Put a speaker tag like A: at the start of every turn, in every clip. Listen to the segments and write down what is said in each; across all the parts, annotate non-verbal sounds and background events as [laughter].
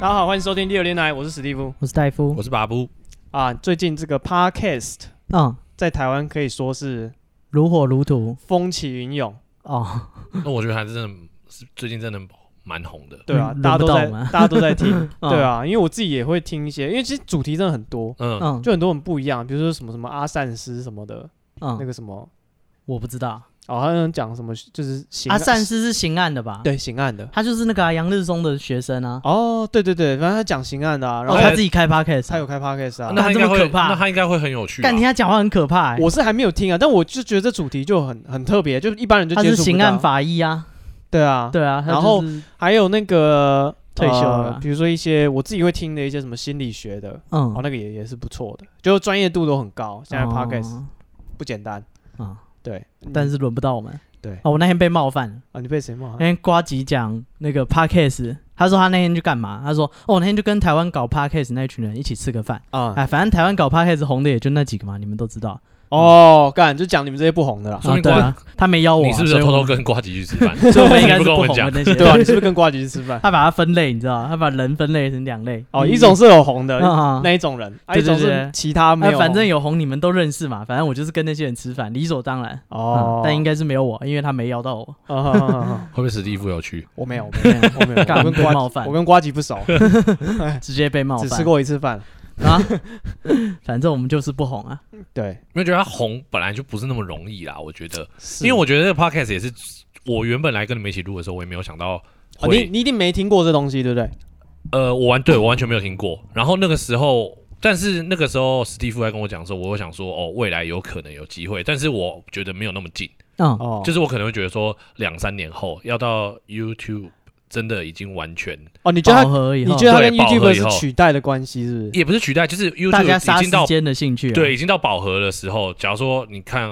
A: 欢迎收听《六连来》，我是史蒂夫
B: 我是戴夫
C: 我。是巴布，
A: 啊。最近这个 Podcast
B: 嗯，
A: 在台湾可以说是
B: 如火如荼
A: 风起云涌，
B: 哦，
C: 那我觉得还是真的是最近真的蛮红的。
A: 对啊，
B: 嗯
A: 大家都在
B: 轮不到我
A: [laughs]
B: 们
A: 大家都在听，
B: [laughs] 嗯
A: 对，啊，因为我自己也会听一些，因为其实主题真的很多，
C: 嗯，
B: 嗯，
A: 就很多很不一样，比如说什么什么阿善师什么的，那
B: 嗯，
A: 个什么
B: 我不知道，
A: 哦，他像讲什么就是刑
B: 阿善师是刑案的吧？，
A: 对刑案的
B: 他就是那个啊杨日松的学生啊，
A: 哦，对对对，反正他讲刑案的啊，然
B: 哦，
A: 后
C: 对
B: 他自己开 podcast，
A: 他
B: 啊
A: 有开 Podcast 啊
C: 那。他应该会
B: 这么可怕
C: 那他应该会很有趣吧。啊
B: 干听他讲话很可怕欸，
A: 我是还没有听啊，但我就觉得这主题就很很特别，就一般人就
B: 他
A: 接
B: 是
A: 触不
B: 刑
A: 到
B: 案法医啊，
A: 对啊，
B: 对啊，他
A: 然后
B: 就是
A: 还有那个
B: 退休了
A: 呃比如说一些我自己会听的一些什么心理学的，哦，
B: 嗯，
A: 那个也也是不错的，就专业度都很高。现在 podcast
B: 哦
A: 不简单，
B: 啊，
A: 对，
B: 但
A: 是
B: 是哎轮不到我们。
A: 对
B: 哦，我那天被冒犯了，
A: 啊，你被谁骂
B: 那？天瓜吉讲那个 podcast，他说他那天去干嘛？他说哦，我那天就跟台湾搞 podcast 那群人一起吃个饭，
A: 啊，
B: 哎，反正台湾搞 podcast 红的也就那几个嘛，你们都知道。
A: 哦，干，就讲你们这些不红的啦。
C: 说明
B: 啊对啊，他没邀我啊，
C: 你是不是
B: 所
C: 有
B: 以
C: 偷
B: 我
C: 偷跟瓜吉去吃
B: [laughs]
C: 饭？
B: 所以我应该是
C: 你不跟
B: 不
C: 我
B: 红
C: 讲
B: 的那些。
A: 对啊，你是不是跟瓜吉去吃饭？
B: [laughs] 他把它分类，你知道吗？他把人分类成两类。
A: 哦，
B: 嗯
A: 一种是有红的
B: 啊，
A: 那一种人，啊，
B: 对
A: 一
B: 对
A: 种
B: 对
A: 是其他没
B: 那
A: 有红。
B: 反正有红你们都认识嘛，反正我就是跟那些人吃饭，理所当然。
A: 哦
B: 嗯，但应该是没有我，因为他没邀到
A: [laughs]
B: 我。
A: 哦好好好好
B: [laughs]
C: 会不会史蒂夫有趣？
A: 我没有，我没有，我没有，
B: 干
A: 我跟
B: 被
A: 瓜
B: 冒犯
A: 我跟瓜吉不熟，
B: 直接被冒
A: 只
B: 犯。
A: 吃过一次饭。
B: 啊，反正我们就是不红啊。
A: 对，
C: 因为觉得他红本来就不是那么容易啦，我觉得，
A: 是
C: 因为我觉得这个 podcast 也是我原本来跟你们一起录的时候，我也没有想到
A: 哦你
C: 会，
A: 你一定没听过这东西，对不对？
C: 呃，我完对我完全没有听过。然后那个时候，但是那个时候史蒂夫在跟我讲的时候，我有想说，哦，未来有可能有机会，但是我觉得没有那么近。
B: 嗯，
A: 哦，
C: 就是我可能会觉得说，两三年后要到 YouTube 真的已经完全
A: 哦，你觉得他，
B: 饱和以
A: 你
B: 后
A: 觉，得他跟
C: 对饱和
A: YouTube
C: 以
A: 是
C: 后
A: 取代的关系，是不是？
C: 也不是取代，就是
B: 大
C: YouTube
B: 家杀
C: 已
B: 时
C: 经到
B: 间的兴趣啊。
C: 对已经到饱和的时候。假如说你看，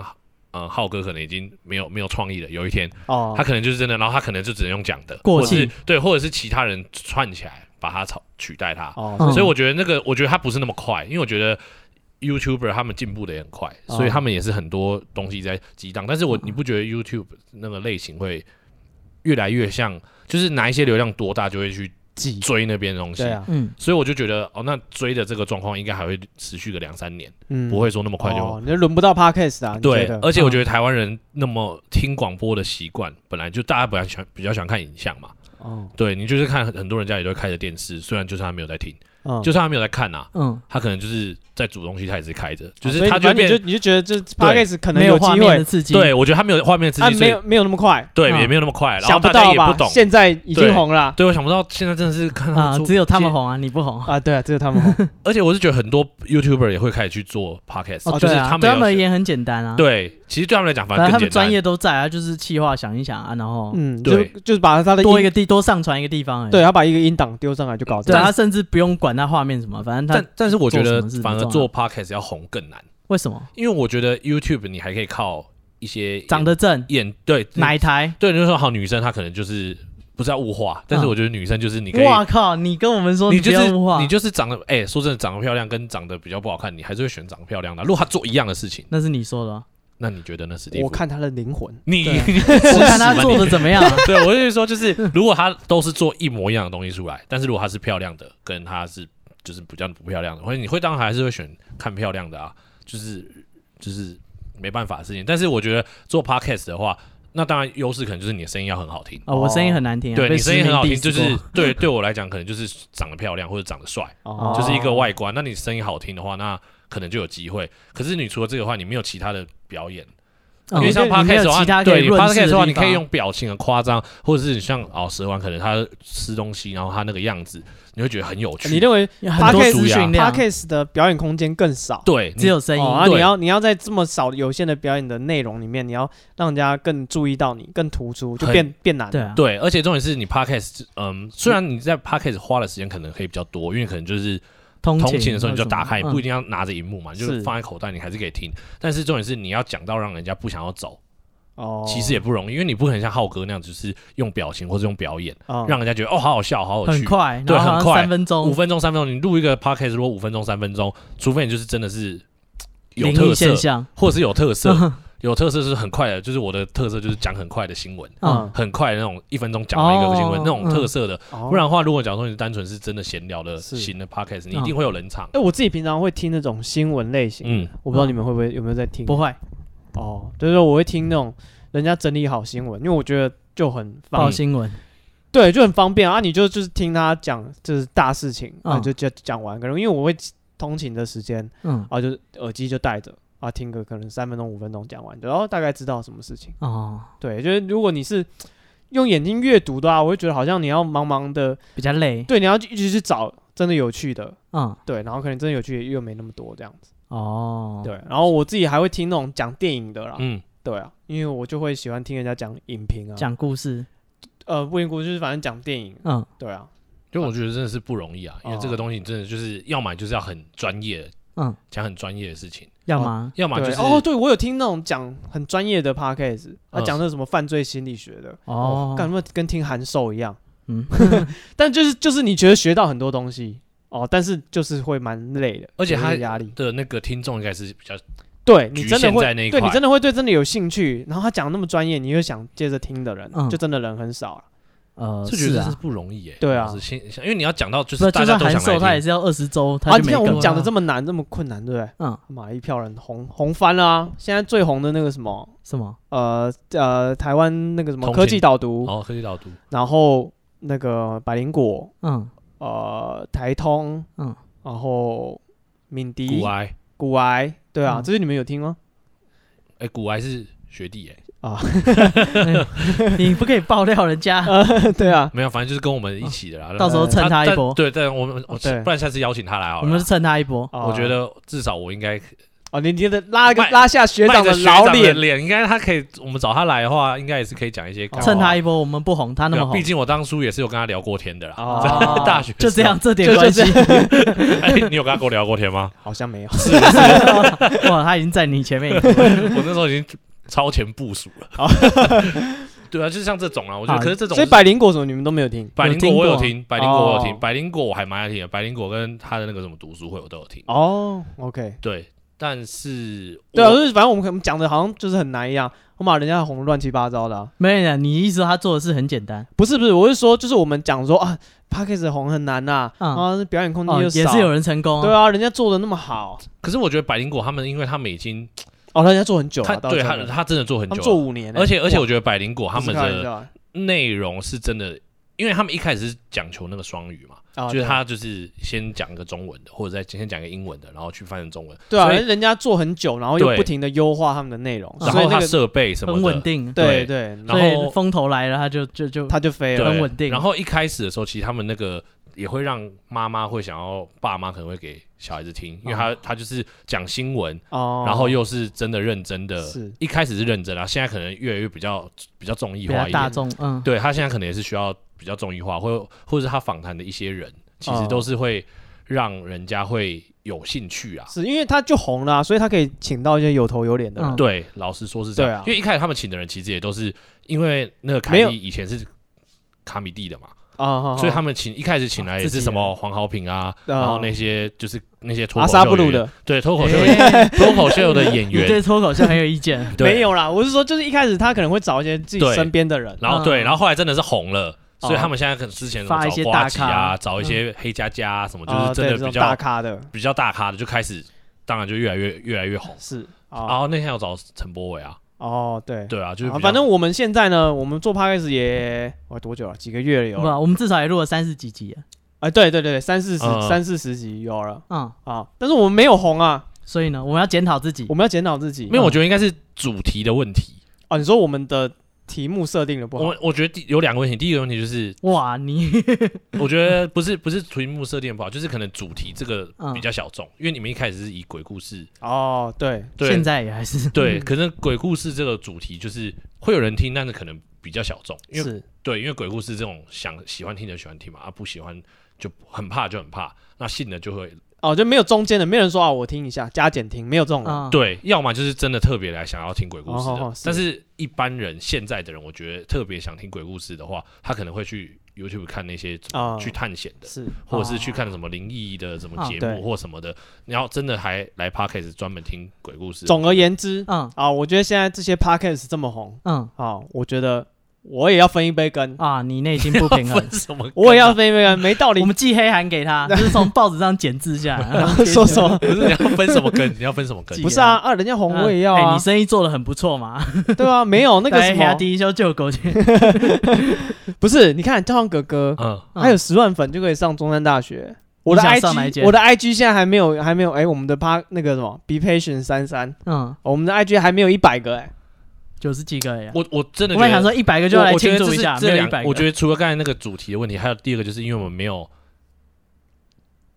C: 呃，浩哥可能已经没有没有创意了，有一天
A: 哦
C: 他，可能就是真的，然后他可能就只能用讲的，
B: 过
C: 或者是
B: 气
C: 对，或者是其他人串起来把他炒取代他。
A: 哦，
B: 嗯
C: 所以我觉得那个，我觉得他不是那么快，因为我觉得 YouTuber 他们进步的也很快，
A: 哦嗯
C: 所以他们也是很多东西在激荡。但是我你不觉得 YouTube 那个类型会越来越像，就是哪一些流量多大就会去
A: 挤，
C: 追那边的东西
A: 对。啊，
B: 嗯，
C: 所以我就觉得，哦，那追的这个状况应该还会持续个两三年，
A: 嗯，
C: 不会说那么快就。
A: 哦，你就轮不到 Podcast 啊，你
C: 对
A: 觉，得
C: 而且我觉得台湾人那么听广播的习惯，本来就大家本来喜欢比较喜欢看影像嘛。
A: 哦，
C: 对你就是看很很多人家里都会开着电视，虽然就算他没有在听，
A: 嗯，
C: 就算他没有在看啊，
B: 嗯，
C: 他可能就是在煮东西，他也是开着，就
A: 哦所
C: 是
A: 以
C: 他
A: 反正
C: 变
A: 你就你就觉得这 Podcast 可能
B: 没有
A: 机
B: 画面
A: 会
B: 的，刺激。，
C: 对我觉得他没有画面刺
A: 啊，
C: 激，所
A: 没
C: 以
A: 有没有那么快，
C: 对
B: 嗯
C: 也没有那么快，然后
A: 想
C: 大家
A: 到
C: 也不
A: 吧？
C: 懂。
A: 现在已经
C: 对
A: 红了
C: 对，我想不到现在真的是看
B: 啊
C: 到，
B: 只有他们，红啊，你不红。
A: 啊，对啊，只有他们红
C: [laughs] 而且我是觉得很多 YouTuber 也会开始去做 podcast，、
B: 哦，
C: 就
B: 对
C: 是
B: 啊，
C: 们
B: 对他
C: 有
B: 们也很简单啊。，
C: 对，其实对他们来讲反
B: 反正他
C: 更
B: 们
C: 简
B: 专
C: 单。
B: 业都在啊，就是气话想一想啊，然后
A: 嗯，就
C: 对
A: 就是把他的
B: 多一
A: 音
B: 个地多上传一个地方而已。
C: 啊
A: 对，他把一个音档丢上来就搞定
B: 对啊，他甚至不用管他画面什么，反正他
C: 但但是我觉得
B: 做什么事
C: 反而
B: 不重要
C: 做 podcast 要红更难，
B: 为什么
C: 因为我觉得 YouTube 你还可以靠一些
B: 长得正，
C: 眼对
B: 哪一台？
C: 对，就是说好女生她可能就是不是要物化，但是
B: 嗯
C: 我觉得女生就是你可以
B: 哇靠！你跟我们说
C: 你就
B: 不
C: 是
B: 要物化
C: 你就是长得哎、说真的，长得漂亮跟长得比较不好看，你还是会选长得漂亮的。如果他做一样的事情，
B: 那是你说的啊，
C: 那你觉得那是
A: 我哦看他的灵魂，
C: 你，
B: 对啊
C: 你
B: 我看他做的怎
C: [laughs]
B: 么样啊。
C: 对我就是说，就是如果他都是做一模一样的东西出来，但是如果他是漂亮的，跟他是就是比较不漂亮的，或者你会当然还是会选看漂亮的啊，就是就是没办法的事情。但是我觉得做 podcast 的话，那当然优势可能就是你的声音要很好听。
B: 哦，我声音很难听啊，
C: 对
B: 被
C: 你声音
B: 实名
C: 很好听，
B: diss
C: 就是
B: 过
C: 对对我来讲，可能就是长得漂亮或者长得帅，
A: 哦
C: 就是一个外观。那你声音好听的话，那可能就有机会。可是你除了这个的话，你没有其他的表演，
B: 嗯
C: 因为像
B: 你没有
C: podcast 的
B: 其
C: 话，
B: 他可
C: 对
B: 以
C: 你
B: 润饰
C: podcast 的话，
B: 地
C: 你
B: 方
C: 可以用表情很夸张，或者是你像哦蛇丸，可能他吃东西，然后他那个样子，你会觉得很有
B: 啊
A: 你
C: 趣。
A: 认为
B: 有很多
A: podcast-
B: 资讯量，
A: Podcast 的表演空间更少？
C: 哦对，
B: 只
C: 有
B: 有声音
A: 哦，啊，你
C: 对
A: 要你要在这么少有限的表演的内容里面，你要让人家更注意到你，更突出，就
C: 很
A: 变变难。
B: 对，啊，
C: 对，而且重点是你 podcast，嗯，虽然你在 podcast 花的时间可能可以比较多，因为可能就是
B: 啊通
C: 通勤的时候你就打开，不
B: 定
C: 一定要拿着荧幕
B: 嗯
C: 嘛，你就是放在口袋，你还是可以听。但是重点是你要讲到让人家不想要走，
A: 哦，
C: 其实也不容易，因为你不可能像浩哥那样，就是用表情或者用表演，
A: 哦
C: 让人家觉得哦好好笑，好有
B: 很
C: 趣。
B: 快，
C: 对
B: 然后好
C: 很
B: 像
C: 快
B: 三分
C: 五
B: 钟，
C: 分钟、三分钟，你录一个 podcast，如果五分钟、三分钟，除非你就是真的是有
B: 灵
C: 特
B: 异现
C: 色，
B: 象，
A: [laughs]
C: 或者是有特色，有特色是很快的，就是我的特色就是讲很快的新闻，
A: 嗯
B: 嗯，
C: 很快的那种一分钟讲完一个新闻、
B: 哦
C: 那种特色的。
A: 哦
C: 不然的话，如果假如说你单纯是真的闲聊的
A: 是
C: 新的 podcast，你
B: 嗯
C: 一定会有冷场。
A: 哎、我自己平常会听那种新闻类型，
C: 嗯，
A: 我不知道你们会不会有没有在听？
B: 不会，
A: 哦，就是说我会听那种人家整理好新闻，因为我觉得就很
B: 报
C: 嗯
A: 方，
B: 新闻，
A: 对，就很方便啊。你就就是听他讲就是大事情，啊，
B: 嗯
A: 就就讲完，可能因为我会通勤的时间
B: 嗯，
A: 啊，就是耳机就戴着啊，听个可能三分钟五分钟讲完，然后大概知道什么事情。
B: 哦，
A: 对，就是如果你是用眼睛阅读的话，我会觉得好像你要茫茫的，
B: 比较累，
A: 对，你要一直去找真的有趣的，
B: 嗯，
A: 对，然后可能真的有趣又没那么多这样子。
B: 哦，
A: 对，然后我自己还会听那种讲电影的啦，
C: 嗯，
A: 对啊，因为我就会喜欢听人家讲影评啊，
B: 讲故事，
A: 呃，不影故事就是反正讲电影，
B: 嗯，
A: 对啊，
C: 因为我觉得真的是不容易啊，因为
A: 哦
C: 这个东西你真的就是要么就是要很专业，
B: 嗯，
C: 讲很专业的事情，
B: 要么
C: 要么
A: 对
C: 就是
A: 哦，对我有听那种讲很专业的 podcast，他
C: 嗯
A: 讲那什么犯罪心理学的，
B: 哦，
A: 干什么跟听函授一样，
B: 嗯，
A: 但就是就是你觉得学到很多东西哦，但是就是会蛮累的，
C: 而且
A: 有点
C: 他
A: 压力，
C: 的那个听众应该是比较
A: 对你真的
C: 局限
A: 会
C: 在那一
A: 对你
C: 块
A: 真的会对真的有兴趣，然后他讲那么专业，你又想接着听的人，
B: 嗯
A: 就真的人很少了，
B: 呃， [laughs]
C: 这觉
B: 是
C: 得
B: 啊
C: 是，不容易哎、
A: 对啊
C: 老实心想因为你要讲到就
B: 不
C: 是
B: 是
C: 大
B: 就
C: 家
B: 算
C: 都
B: 函
C: 想
B: 授，他
C: 来
B: 也
C: 听，
B: 是要二十周，
A: 啊，
B: 他就
A: 你
B: 没
A: 看我
B: 梗
A: 们
B: 了
A: 讲的这么难，这么困难，对不对？
B: 嗯，
A: 妈，一票人红红翻了啊！现在最红的那个什么，[laughs]
B: 什么
A: 呃呃，台湾那个什么
C: 同
A: 科
C: 情
A: 技导读，
C: 哦，科技导读，
A: 然后那个百灵果，
B: 嗯
A: 呃，台通，
B: 嗯，
A: 然后敏迪
C: 古、埃，
A: 古癌，对啊，
B: 嗯
A: 这些你们有听吗？ [laughs]
C: 哎、古埃是学弟哎、
B: [laughs] 你不可以爆料人家，
A: 对啊，
C: 没有，反正就是跟我们一起的啦。
B: 哦到时候蹭他一波
C: 但对，但我们我
A: 哦对
C: 不然下次邀请他来好
B: 我
C: 了啦。
B: 们就蹭他一波，
A: 哦
C: 我觉得至少我应该
A: 哦，你觉得拉个
C: 卖
A: 拉下学长
C: 卖着
A: 的
C: 学
A: 老
C: 长
A: 脸，
C: 脸应该他可以，我们找他来的话，应该也是可以讲一些干话。
B: 蹭他一波，我们不红，他哦那
C: 哦对
B: 么
C: 啊，
B: 红
C: 毕，竟我当初也是有跟他聊过天的啦。
A: 哦
C: 大学
B: 就这样，这点
A: 就
B: 关系
A: 就，
C: 时候，哎，你有跟他跟我聊过
B: [laughs]
C: 天吗？
A: 好像没有，
B: 哇，他已经在你前面，
C: 我那时候已经超前部署了。
B: 哦
C: [laughs] 对啊，就是像这种啊，我觉得，
B: 啊
C: 可是这种
A: 所以
C: 百
A: 百灵果什么你们都没有听
C: 百灵果我有听，百灵果我有
A: 哦
C: 听，百灵果我还蛮爱听的，百灵果跟他的那个什么读书会我都有听。
A: 哦，OK，
C: 对，但是
A: 对啊，
C: 我
A: 就是反正我们可能讲的好像就是很难一样，我们把人家红得乱七八糟的啊、
B: 没有，你意思说他做的事很简单，
A: 不是不是，我是说，就是我们讲说啊 p a c k a g e 红很难呐、
B: 嗯
A: 啊，表演空间
B: 哦，
A: 又少，
B: 也是有人成功，
A: 对，啊，人家做的那么好，
C: 可是我觉得百灵果他们，因为他们已经
A: 哦，人家做很久
C: 他
A: 了，到
C: 对
A: 现
C: 他
A: 在
C: 他真的做很
A: 他
C: 久
A: 们
C: 了，
A: 做五年欸，
C: 而且而且
A: 哇
C: 我觉得百灵果他们
A: 不是开玩笑啊
C: 的内容是真的，因为他们一开始是讲求那个双语嘛，
A: 啊，
C: 就是他就是先讲个中文的，或者再先讲个英文的，然后去翻成中文。
A: 对啊，
C: 所以
A: 人家做很久，然后又
C: 对
A: 不停的优化他们的内容，
C: 然
A: 所以
C: 后
A: 那
C: 他
A: 个
C: 设备什么
B: 很
C: 的
B: 稳，定，
A: 对
C: 对
A: 对，
C: 然
B: 所以
C: 后
B: 风头来了，他就就就
A: 他就飞
C: 对
A: 了，
B: 很稳定
C: 然后一开始的时候，其实他们那个也会让妈妈会想要，爸妈可能会给小孩子听，因为他他就是讲新闻，
A: 哦，
C: 然后又呃是真的认真的
A: 是，
C: 一开始是认真啊，现在可能越来越比较比较综艺
B: 比
C: 化
B: 较
C: 一点
B: 大，众，嗯，
C: 对他现在可能也是需要比较综艺化，或或者是他访谈的一些人，其
A: 哦
C: 实都是会让人家会有兴趣啊。
A: 是因为他就红了啊、所以他可以请到一些有头有脸的人，
B: 嗯
C: 对，老实说是这
A: 对
C: 样
A: 啊，
C: 因为一开始他们请的人其实也都是因为那个
A: 没
C: 凯
A: 有
C: 莉以前是卡米蒂的嘛，
A: 啊，
C: 所以他们请一开始请来也是什么黄豪平啊，
A: 啊
C: 然后那些就是那些脱
A: 阿
C: 口秀
A: 萨布鲁
C: 演员
A: 的
C: 对脱口秀演
B: 哎
C: 脱口秀的演
A: [laughs]
B: 你
C: 员
B: 对脱口秀很有意见，
C: 对
A: 没有啦，我是说，就是一开始他可能会找一些自己
C: 对
A: 身边的人，
C: 然后对，
B: 嗯
C: 然后后来真的是红了。所以
A: 啊哦
C: 他们现在可能之前什
B: 发
C: 么
B: 一些
C: 找瓜
B: 大
C: 吉
B: 咖
C: 啊，找一些黑加加啊什么，就
A: 啊
C: 是真
A: 嗯对
C: 的
A: 这种
C: 比较
A: 大咖的，
C: 比较大咖的就开始，当然就越来越越来越红。
A: 是
C: 然
A: 啊，
C: 后那天有找陈柏伟啊，
A: 哦，对，
C: 对啊，就是比
A: 啊
C: 较、
A: 反正我们现在呢，我们做 podcast 也哇多久了？几个月了有啊
B: 不，
A: 了？
B: 我们至少也录了三十几集了，
A: 哎，对对对，三四十、
C: 嗯
A: 三四十集有了
B: 嗯，
A: 啊，但是我们没有红啊，
B: 所以呢，我们要检讨自己
A: 我，们要检讨自己。
C: 没有，我觉得应该是主题的问题。
A: 啊，你说我们的题目设定的不好
C: 我我觉得第有两个问题，第一个问题就是，
B: 哇，你
C: 我觉得不是不是题目设定不好，就是可能主题这个
B: 嗯
C: 比较小众，因为你们一开始是以鬼故事，
A: 哦，对，
C: 对
B: [laughs] 现在也还是
C: 对，可能鬼故事这个主题就是会有人听，但是可能比较小众，因为
A: 是
C: 对，因为鬼故事这种想喜欢听的喜欢听嘛，啊不喜欢就很怕就很怕，那信的就会
A: 哦，就没有中间的，没有人说啊，我听一下加减听，没有这种人。
B: 啊，
C: 对，要么就是真的特别来想要听鬼故事的，
A: 哦哦哦是
C: 但是一般人现在的人，我觉得特别想听鬼故事的话，他可能会去 YouTube 看那些
A: 啊
C: 去探险的，
A: 是
C: 或者是去看什么灵异的什么
B: 啊
C: 节
A: 哦对
C: 目或什么的，你要真的还来 Podcast 专门听鬼故事。
A: 总而言之
B: 嗯
A: 啊，我觉得现在这些 podcast 这么红
B: 嗯
A: 啊，我觉得我也要分一杯羹，
B: 啊，你内心不
C: [laughs]
B: 平衡
C: 分。什
A: [laughs]
C: 么？啊
A: 我也要分一杯羹，没道理
B: 我们寄黑函给他，就是从报纸上剪字下来，然后贴
A: [laughs] 说什
C: [laughs]
A: 么。
C: 不是你要分什么根？你要分什么根
B: 记？
A: 不是啊，啊，人家红我也要
B: 哎
A: 啊
B: 你，生意做的很不错嘛，
A: [laughs] 对啊，没有
C: [laughs]
A: 那个
B: 来
A: 什
B: 黑他
A: 么，
B: 第一修救狗去。
A: 不是，你看教皇哥哥，
C: 嗯，
B: 嗯
A: 还有十万粉就可以上中山大学。我的
B: 你想上哪一
A: IG，
B: 间
A: 我的 IG 现在还没有，还没有，哎、我们的趴那个什么，Be Patient 三三，哦
B: 嗯，
A: 我们的 IG 还没有一百个、哎，
B: 九十几个而已啊。
C: 我我真的
B: 我
C: 觉
B: 本来想
C: 得，
B: 说一百个就
C: 我
B: 来
C: 我觉
B: 庆
C: 得
B: 祝
C: 这
B: 一
C: 是
B: 下，没
C: 这
B: 有一
C: 两
B: 百，个。
C: 我觉得除了刚才那个主题的问题，还有第二个就是因为我们没有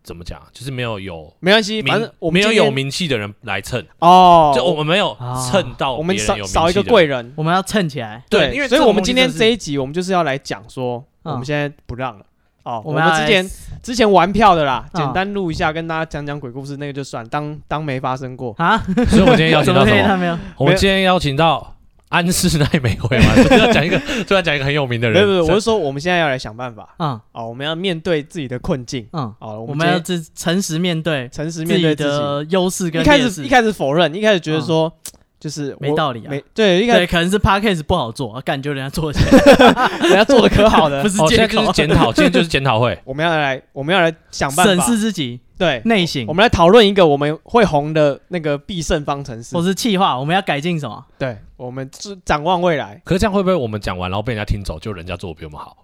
C: 怎么讲，就是没有有
A: 没关系，
C: 名
A: 反正我们
C: 没有
A: 今天
C: 有名气的人来蹭，
A: 哦，
C: 就我们没有蹭到
A: 我们
C: 别人
A: 少
C: 有名
A: 少一
C: 气
A: 个
C: 的
A: 贵
C: 人，
A: 人，
B: 我们要蹭起来，
C: 对，因为
A: 所以
C: 个
A: 我们
C: 东西
A: 今天
C: 真
A: 这
C: 的是啊
A: 一集，我们就是要来讲说，
B: 嗯
A: 我们现在不让了。哦，我
B: 我们
A: 们
B: 要
A: 之
B: 来
A: 前之前玩票的啦，
B: 嗯
A: 简单录一下，跟大家讲讲鬼故事，那个就算当当没发生过。
B: 啊？
C: 所以我们今天邀
A: [laughs]
B: [laughs] 怎
C: 请到
B: 么
C: 什
B: 可以
C: 么？
B: 他没有？
C: 我们今天邀请到安室奈美惠
B: [laughs]
C: 嘛，不是要讲一个，突然讲一个很有名的
A: 没
C: 人。
A: 有没有，我是说我们现在要来想办法
B: 嗯
A: 哦，我们要面对自己的困境
B: 嗯，
A: 哦，
B: 我
A: 我
B: 们
A: 们
B: 要
A: 要
B: 自诚实面对
A: 诚实
B: 自
A: 面
B: 己
A: 对自己。
B: 的优势跟
A: 一开
B: 劣
A: 始
B: 势
A: 一开始否认，一开始觉得说就是
B: 没
A: 我
B: 道理啊
A: 没对，一开
B: 对，
A: 始
B: 可能是 podcast 不好做，感觉人家做起来
A: 人家 [laughs] 做的可好的
B: [laughs] 不。是
C: 哦，现
B: 借
C: 在就
B: 口啊
C: 是，
B: [laughs]
C: 检讨，今天就是检讨会。
A: 我们要来，我们要来想办
B: 审
A: 法
B: 视，嗯自己
A: 对，
B: 内省
A: 我，们来讨论一个我们会红的那个必胜方程式
B: 或。是气化，我们要改进什么？
A: 对，我们是展望未来。
C: 可是这样会不会我们讲完，然后被人家听走，就人家做的比我们好？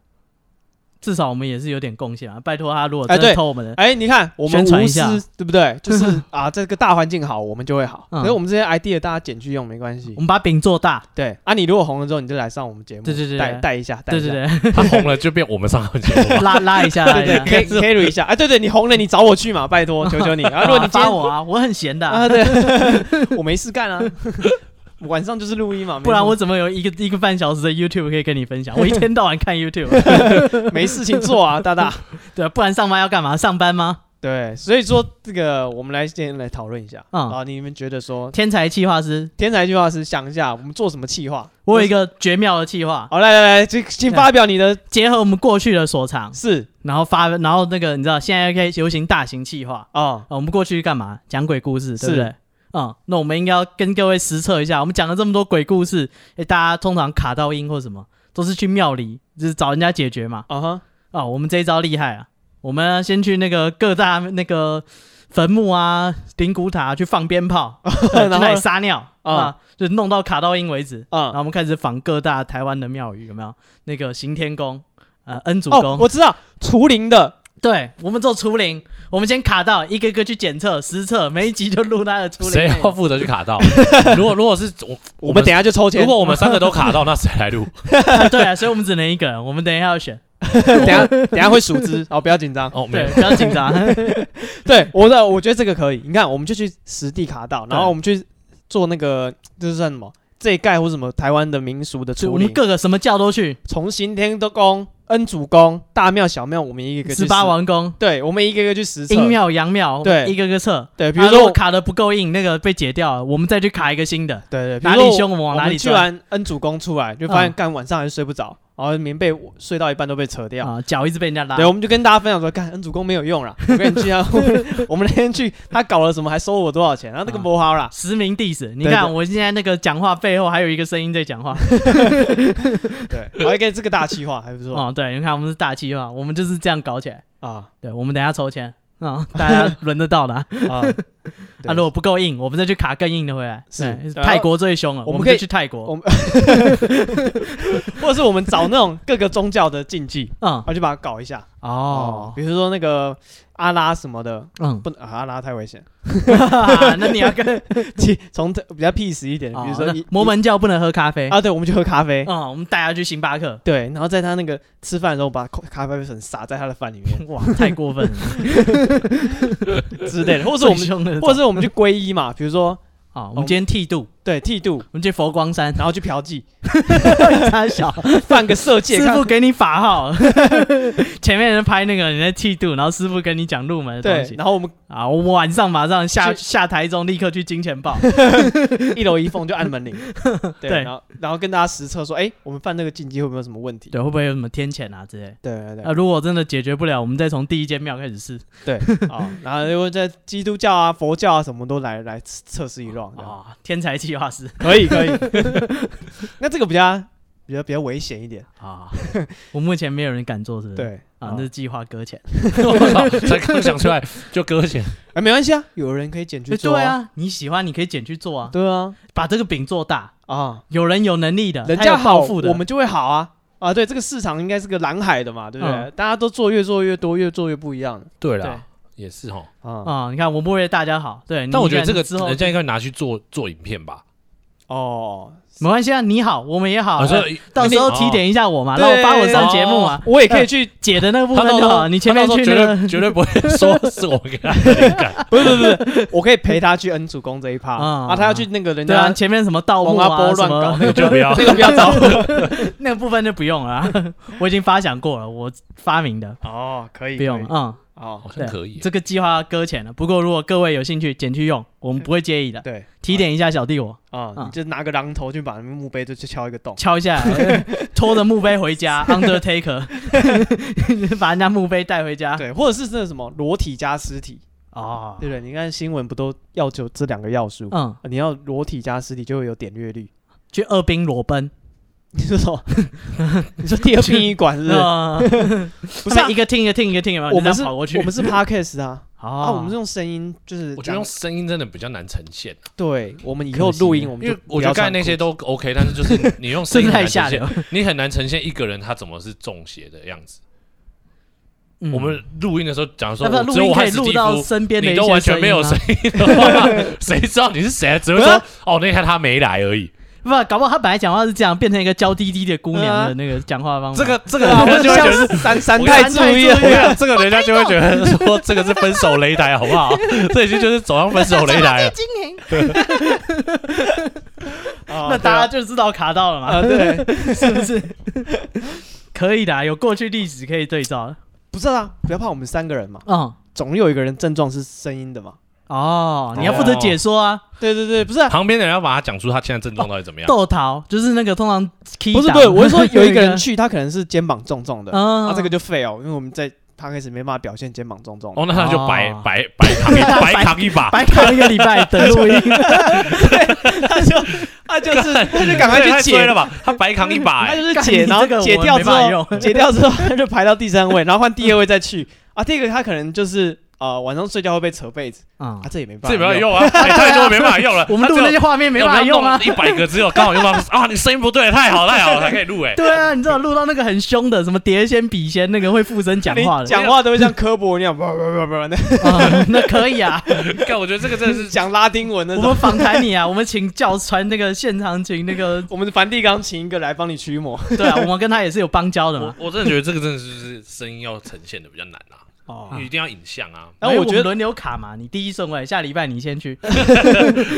B: 至少我们也是有点贡献啊！拜托他，如果
A: 哎
B: 真的
A: 对
B: 偷我 [laughs] 们的，
A: 哎，你看我们
B: 宣传
A: 无
B: 一下
A: 私，对不对？
B: [laughs]
A: 就是啊，这个大环境好，我们就会好。
B: 嗯
A: 所以我们这些 idea 大家捡去用没关系
B: 我。们把饼做大。
A: 对啊，你如果红了之后，你就来上我们节目，
B: 对对对
A: 带
B: 对
A: 带一下，带
B: 对
A: 一下
B: 对对，。
C: 他红了就变我们上了节
B: [laughs]
C: 目
B: 拉拉一下，
A: [laughs]
B: 拉
A: 对
B: 一下
A: 对，可以
B: [laughs]
A: carry 一下。哎，对对，你红了，你找我去嘛，拜托，求求你。啊，如果你
B: 啊 [laughs]
A: 今天
B: 发我啊，我很闲的啊，
A: [laughs] 啊，对，
B: [laughs]
A: 我没事干啊， [laughs] 晚上就是录音嘛，没
B: 不然我
A: 什
B: 怎么有一个一个半小时的 YouTube 可以跟你分享？我一天到晚
A: [laughs]
B: 看 YouTube，
A: 么没事情做啊，大大。
B: 对啊，不然上班要干嘛？上班吗？
A: 对，所以说这个我们来先来讨论一下
B: 嗯
A: 啊，你们觉得说
B: 天才企划师，
A: 天才计划是想一下我们做什么企划？
B: 我有一个哎绝妙的计划，
A: 好，来来来，请请发表你的
B: 结合我们过去的所长，
A: 是
B: 然后发，然后那个你知道现在可以流行大型企划，
A: 啊，
B: 啊，我们过去干嘛？讲鬼故事，对
A: 是
B: 不对？嗯，那我们应该要跟各位实测一下，我们讲了这么多鬼故事，诶，大家通常卡到音或什么，都是去庙里，就是找人家解决嘛。
A: 啊哈，
B: 啊、我们这一招厉害啊！我们要先去那个各大那个坟墓啊、灵骨塔、去放鞭炮，对 [laughs] 去
A: 哦然后
B: 那里撒尿
A: 嗯
B: 啊，就弄到卡到音为止。哦然
A: 啊。
B: 后我们开始仿各大台湾的庙宇，有没有？那个行天宫、呃恩主
A: 哦
B: 公，，
A: 我知道，除灵的
B: 对，我们做除灵，我们先卡到一个个去检测、实测，每一集就录他的除灵
C: 谁
B: 内
C: 要
B: 容。
C: 负责去卡
B: [laughs]
C: 到？如果如果是我，
A: 我们等一下就抽签
C: 如，
A: [laughs]
C: 果我们三个都卡到，那谁来录？
B: 啊对啊，所以我们只能一个人，我们等一下要选。
A: 等一下等一下会数 [laughs] 支，哦，不要紧张。
C: 哦，没有
B: 对，，不要
A: [laughs]
B: 紧张。
A: 对，我的我觉得这个可以，你看，我们就去实地卡到，然后
B: 对
A: 我们去做那个这是算什么？这一盖或什么台湾的民俗的
B: 所以
A: 处
B: 我们
A: 理，
B: 各个什么教都去，
A: 从行天都宫、恩主公、大庙、小庙，我们一个一个去
B: 十八
A: 实，
B: 王宫、
A: 对，我们一个一个去实测。
B: 阴庙、阳庙，我们
A: 对
B: 一个个测。啊
A: 对，比
B: 比
A: 如
B: 如说
A: 说
B: 我，卡的不够硬，那个被解掉了，我们再去卡一个新的，
A: 对对，比
B: 哪
A: 如说
B: 里
A: 我
B: 凶我们
A: 我
B: 往哪
A: 们
B: 里
A: 去
B: 钻
A: 完恩主公出来，就发现
B: 嗯
A: 干晚上还是睡不着，然后棉被睡到一半都被扯掉。
B: 啊，脚一直被人家拉
A: 对，。我们就跟大家分享说，干恩主公没有
B: [laughs]
A: 用了。我跟你去啊， [laughs] 我们我们那天去，他搞了什么，还收我多少钱，然后那个
B: 啊
A: 不好啦。
B: 实名 diss，你
A: 对
B: 看
A: 对
B: 我现在那个讲话背后还有一个声音在讲话，
A: 对，我还给这个大气话，还不错
B: 哦，对，你看我们是大气化，我们就是这样搞起来。
A: 啊
B: 对，我们等一下抽签啊，大家轮得到的啊。
A: 啊。对
B: 啊，如果不够硬，我们再去卡更硬的回来。
A: 是
B: 对
A: 对啊
B: 泰国最凶了，
A: 我
B: 我
A: 们
B: 们
A: 可以
B: 可以去泰
A: 我
B: 国。
A: 或者是我们找那种各个宗教的禁忌，
B: 嗯
A: 然，后就把它搞一下
B: 哦，
A: 比如说那个阿拉什么的，
B: [laughs] 嗯，
A: 不能、啊、阿拉太危险， [laughs]
B: 啊那你要跟
A: 其从这比较 peace 一点，
B: 哦
A: [laughs] 比如说
B: 那
A: 你
B: 摩门教不能喝咖啡
A: 啊，对，我们就喝咖啡，
B: 嗯，我们带他去星巴克。
A: 对，然后在他那个吃饭的时候把咖咖啡粉撒在他的饭里面
B: [laughs] 哇，太
A: [laughs]
B: 过分了！
A: 之类的，或者
B: 或
A: 是我们，哦
B: 凶的那种，
A: 或者是我们去皈依嘛，比如说
B: 啊，我们今天剃度，
A: 对剃度，
B: 我们去佛
A: [laughs]
B: 光山
A: 然后去嫖妓，
B: 插小，
A: 放个色戒，
B: 师
A: 看
B: 傅给你法号， [laughs] 前面人拍那个你在剃度，然后师傅跟你讲入门的东
A: 对，
B: 西
A: 然后我们
B: 啊，我晚上马上下
A: 去
B: 下台中，立刻去金钱
A: [laughs]
B: 豹，
A: 一楼一凤就按门
B: [laughs]
A: 铃，对，
B: 对
A: 然后然后跟大家实测说，哎，我们犯那个禁忌会不会有什么问题？
B: 对，会不会有什么天谴啊之类？
A: 对对对
B: 啊，如果真的解决不了，我们再从第一间庙开始试
A: 对， [laughs] 啊，然后如果在基督教啊、佛教啊什么都来来测试一 round，这样
B: 啊，天才计划师
A: 可以可以。那这个比较比较比较危险一点，
B: 啊， [laughs] 我目前没有人敢做，是不是？
A: 对
B: 啊，那是计划搁浅。
C: 我操， [laughs] 才刚想出来就搁浅，
A: 哎没关系啊，有人可以捡去
B: 哎
A: 做
B: 对，啊，你喜欢你可以捡去做啊，
A: 对啊
B: 把这个饼做大，
A: 啊，
B: 有人有能力的，
A: 人
B: 他
A: 家
B: 有抱
A: 好，
B: 负的，
A: 我们就会好啊啊，对，这个市场应该是个蓝海的嘛，对不对？
B: 嗯
A: 大家都做越做越多，越做越不一样的
C: 对
B: 对
C: 啦，也是哈。
A: 啊。
B: 啊、你看我们为了大家好，对，
C: 但我
B: 你
C: 觉得
B: 看
C: 这个
B: 之后
C: 人家应该拿去做做影片吧，
A: 哦，
B: 没关系啊，你好，我们也好，
C: 啊所
B: 哎
C: 以哦
B: 到时候提点一下我嘛，让我发文上节目啊，
A: 我也可以去，
B: 姐的那个部
C: 他
B: 分
C: 到时
B: 就好，
C: 候
B: 你前面
C: 他到
B: 去
C: 时
B: 那
C: 候
B: 个
C: 绝对绝对不会说是我给他灵感，
A: 不是不是不是，我可以陪他去恩主公这一趴
B: 嗯
A: 啊，他要去那个人
B: 对啊，
A: 家
B: 前面什么盗墓
A: 蒙阿
B: 啊
A: 波
B: 什
A: 乱搞
B: 么
A: 那个
C: 就不
B: [laughs]
C: 要
A: 那个不要找我
B: 那个部分就不用了啊、 [laughs] 我已经发想过了，我发明的，
A: 哦，可以
B: 不用，嗯，
A: 哦，
C: 好像可以。
B: 这个计划搁浅了。不过如果各位有兴趣，捡去用，我们不会介意的。
A: 对
B: 提点一下小弟我，
A: 啊，
B: 嗯
A: 你就拿个榔头去把那墓碑就去敲一个洞，
B: 敲
A: [laughs]
B: 一下来，拖着墓碑回家，Undertaker，把人家墓碑带回家。
A: 对，或者是真的什么裸体加尸体，
B: 哦，
A: 对不对？你看新闻不都要求这两个要素？
B: 嗯，
A: 啊你要裸体加尸体就会有点阅率。 [laughs]
B: 去二兵裸奔，
A: 你说什么？ [laughs] 你说第二殡仪馆是不是？
B: 呃
A: 不是啊
B: 他们一个听一个听一个听，有没有？
A: 我们是，
B: 你这样跑过去，
A: 我们是 podcast 啊，啊，
B: [laughs] 啊
A: 我们是用声音，就是
C: 我觉得用声音真的比较难呈现，
A: 对，我们以后录音我们
C: 因
A: 就
C: 为我
A: 不
C: 觉
A: 要
C: 得刚才
A: 穿
C: 那
A: 裤子
C: 些都 OK，但是就是
B: [laughs]
C: 你你用声
B: 真
C: 音
B: 的
C: 很
B: 太
C: 难呈
B: 下流
C: 现，。你很难呈现一个人他怎么是中邪的样子。
B: 嗯
C: 我们录音的时候讲说，
B: 那不是啊录
C: 我只有
B: 音
C: 我
B: 可
C: 和
B: 以
C: 史
B: 录
C: 蒂
B: 到
C: 夫，
B: 身边的一
C: 你
B: 些
C: 都完全没有
B: 声
C: 声
B: 音
C: 音的话， [laughs] 谁知道你是谁啊？只会说哦，那天他没来而已。
B: 吗，不，搞不好他本来讲话是这样，变成一个娇滴滴的姑
A: 对啊
B: 娘的那个讲话方法。
C: [laughs] 这个这
A: 对
C: 个，
A: 啊，
C: 我
A: 我
C: 们
A: 们
C: [laughs] 就会觉
A: 像
C: 得
A: 是三三太注意
C: 我跟你
A: 了，
C: 讲， [laughs] 这个人家就会觉得说这个是分手擂台，好
B: [laughs]
C: 不好？这已经就是走上分手
A: [laughs]
C: 擂台了。
B: 那
A: [laughs] 那
B: 大家就知道卡到了
A: 啊，
B: 嘛，
A: 对，
B: [laughs] 是不是？可以的啊，有过去历史可以对照。
A: 不是啊，不要怕，我们三个人嘛，
B: 嗯，
A: 总有一个人症状是声音的嘛。
B: 哦，你要负责解说啊。
A: 对对对，不是啊，
C: 旁边的人要把他讲出他现在症状到底怎么样。
B: 豆桃就是那个通常 key
A: 不是
B: 档
A: 不是，我是说有一个人，
B: [laughs]
A: 去，他可能是肩膀重重的，
B: 嗯
A: 啊，这个就废哦，因为我们在 podcast 没办法表现肩膀重重的。
C: 哦，那他就白
B: 哦
C: 白白扛一白扛一把，
B: 白扛一个礼拜等录音，
A: [laughs] 他就他 [laughs] 就是他就赶快
C: 太
A: 去
C: 衰
A: 解
C: 了，吧？他白扛一把，
A: [laughs] 他
C: 哎
A: 就是
B: 干
A: 解，
B: 你
A: 然后
B: 这个我
A: 解
B: 们
A: 掉
B: 没
A: 之
B: 办法
A: 后，
B: 用
A: [laughs] 解掉之后他就排到第三位，然后换第二位再去啊。第二个他可能就是呃晚上睡觉会被扯被子
B: [laughs] 啊
A: 啊，，这也没办
C: 这
A: 法，
C: 没有。用啊，哎他就没办法用了。
B: [laughs] 我们
C: 他
B: 录
C: 只有
B: 那些画面没办法用啊。
C: 一百个只有刚好用到啊，你声音不对，太好太好了，才可以录
B: [laughs]
C: 哎。
B: 对啊，你知道录到那个很凶的，什么碟仙、笔仙，那个会附身讲
A: 你
B: 话的， [laughs]
A: 讲话都会像科博那样，不不不不，那
B: 啊那可以 [laughs] 啊。
C: 但我觉得这个真的
A: [laughs]
C: 是
A: 讲拉丁文那
B: 我
A: 种。
B: 们访谈你啊，我们请教传那个现场请那个，
A: [laughs] 我们梵蒂冈请一个来帮你驱魔。
B: 对啊，我们跟他也是有邦交的
C: 我
B: [laughs] 嘛。
C: 我真的觉得这个真的是就是声音要呈现的比较难啊，
A: 哦 [laughs]
C: 你一定要影像啊。
A: 然后我
B: 哎
A: 觉
B: 们
A: 得
B: 轮流卡嘛，你第一顺位，下礼拜你先去，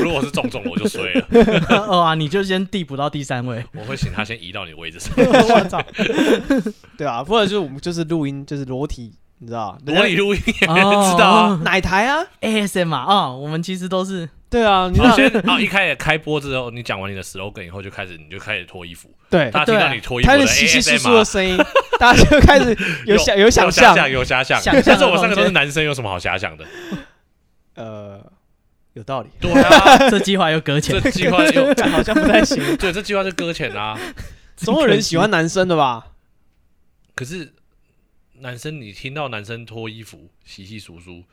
C: 如果是重重，我就衰了，
B: 哦啊，你就先递补到第三位。
C: 我会请他先移到你位置上。 [laughs]
B: 我操！
A: 对啊，或者就是我们就是录音，就是裸体，你知道？
C: 我理录音 [laughs] 也知
B: 哦
C: 道啊。
A: 哪台啊？
B: ASM 啊，哦，我们其实都是
A: 对啊，你知
C: 然
A: 道
C: 后？先啊，一开始开播之后，你讲完你的 slogan 以后，就开始你就开始脱衣服，
A: 对，
C: 大家听到你脱衣服
A: 他
C: 的
A: 是稀稀疏疏
C: ASM
A: 的声音， [laughs] 大家就开始有想有想象。
C: 有遐想
B: 想象的。
C: 但是我们三个都是男生，有什么好遐
A: [laughs]
C: 想的？
A: 呃，有道理， [laughs]
C: 对 [laughs] 啊，
B: 这计划又搁浅 [laughs]
C: 这，计划就
A: 但好像不太行。
C: [laughs] 对这计划就搁浅啊啦。
A: 总有人喜欢男生的吧？
C: 可是男生，你听到男生脱衣服、稀稀疏疏，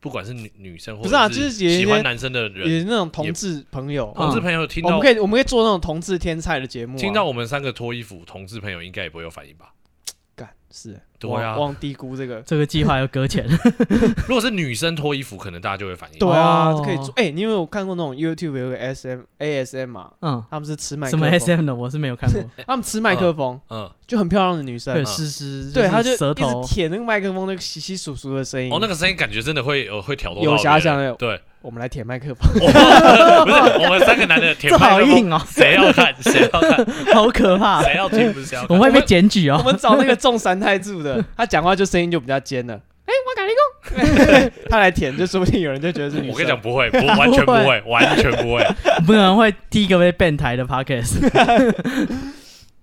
C: 不管是女女生或
A: 不是啊
C: 者
A: 就是有一些
C: 喜欢男生的人，
A: 也那种同志朋友，哦
C: 同志朋友听
A: 我
C: 到
A: 们可以我们可以做那种同志天菜的节目啊。
C: 听到我们三个脱衣服，同志朋友应该也不会有反应吧？ [laughs]
A: 干是，
C: 对
A: 我
C: 啊
A: 忘低估这个。
B: 这个计划又搁浅。 [laughs]
C: 如果是女生脱衣服，可能大家就会反应。
A: 对啊，
B: 哦
A: 可以做。哎，你有没有看过那种 YouTube 有个 SM ASM 啊？
B: 嗯，
A: 他们是吃麦克
B: 什么
A: 风，
B: SM 的我是没有看过。
A: 他们吃麦克风，
C: 嗯，
A: 就很漂亮的女
B: 对，
A: 生，
B: 湿湿，
A: 对，她就
B: 就
A: 一
B: 是舌头哦
A: 直舔那个麦克风，那个稀稀疏疏的声音
C: 哦，。那个声音感觉真的会呃会挑动到
A: 有遐
C: 别人
A: 想有 [laughs]
C: 对，
A: 我们来舔麦克风。
B: [laughs]
C: [laughs] 不是我们三个
A: [laughs]
C: 男的舔
B: 这
C: 麦
B: 好
C: 克风，
B: 硬哦，
C: 谁要看谁要看
B: [laughs] 好可怕，
C: [laughs] 谁要听不是谁要
B: 我
C: 看
B: 们会被检举
A: 我
B: 哦。
A: 们找那个中三太柱的，他讲话就声音就比较尖
B: [laughs]
A: 了。哎、我改了一个， [laughs] 他来舔，就说不定有人就觉得是女生。
C: 我跟你讲，不会，不完全不会，完全不会。哎
B: [laughs] 不然会第一个被变台
A: [laughs]
B: 的 podcast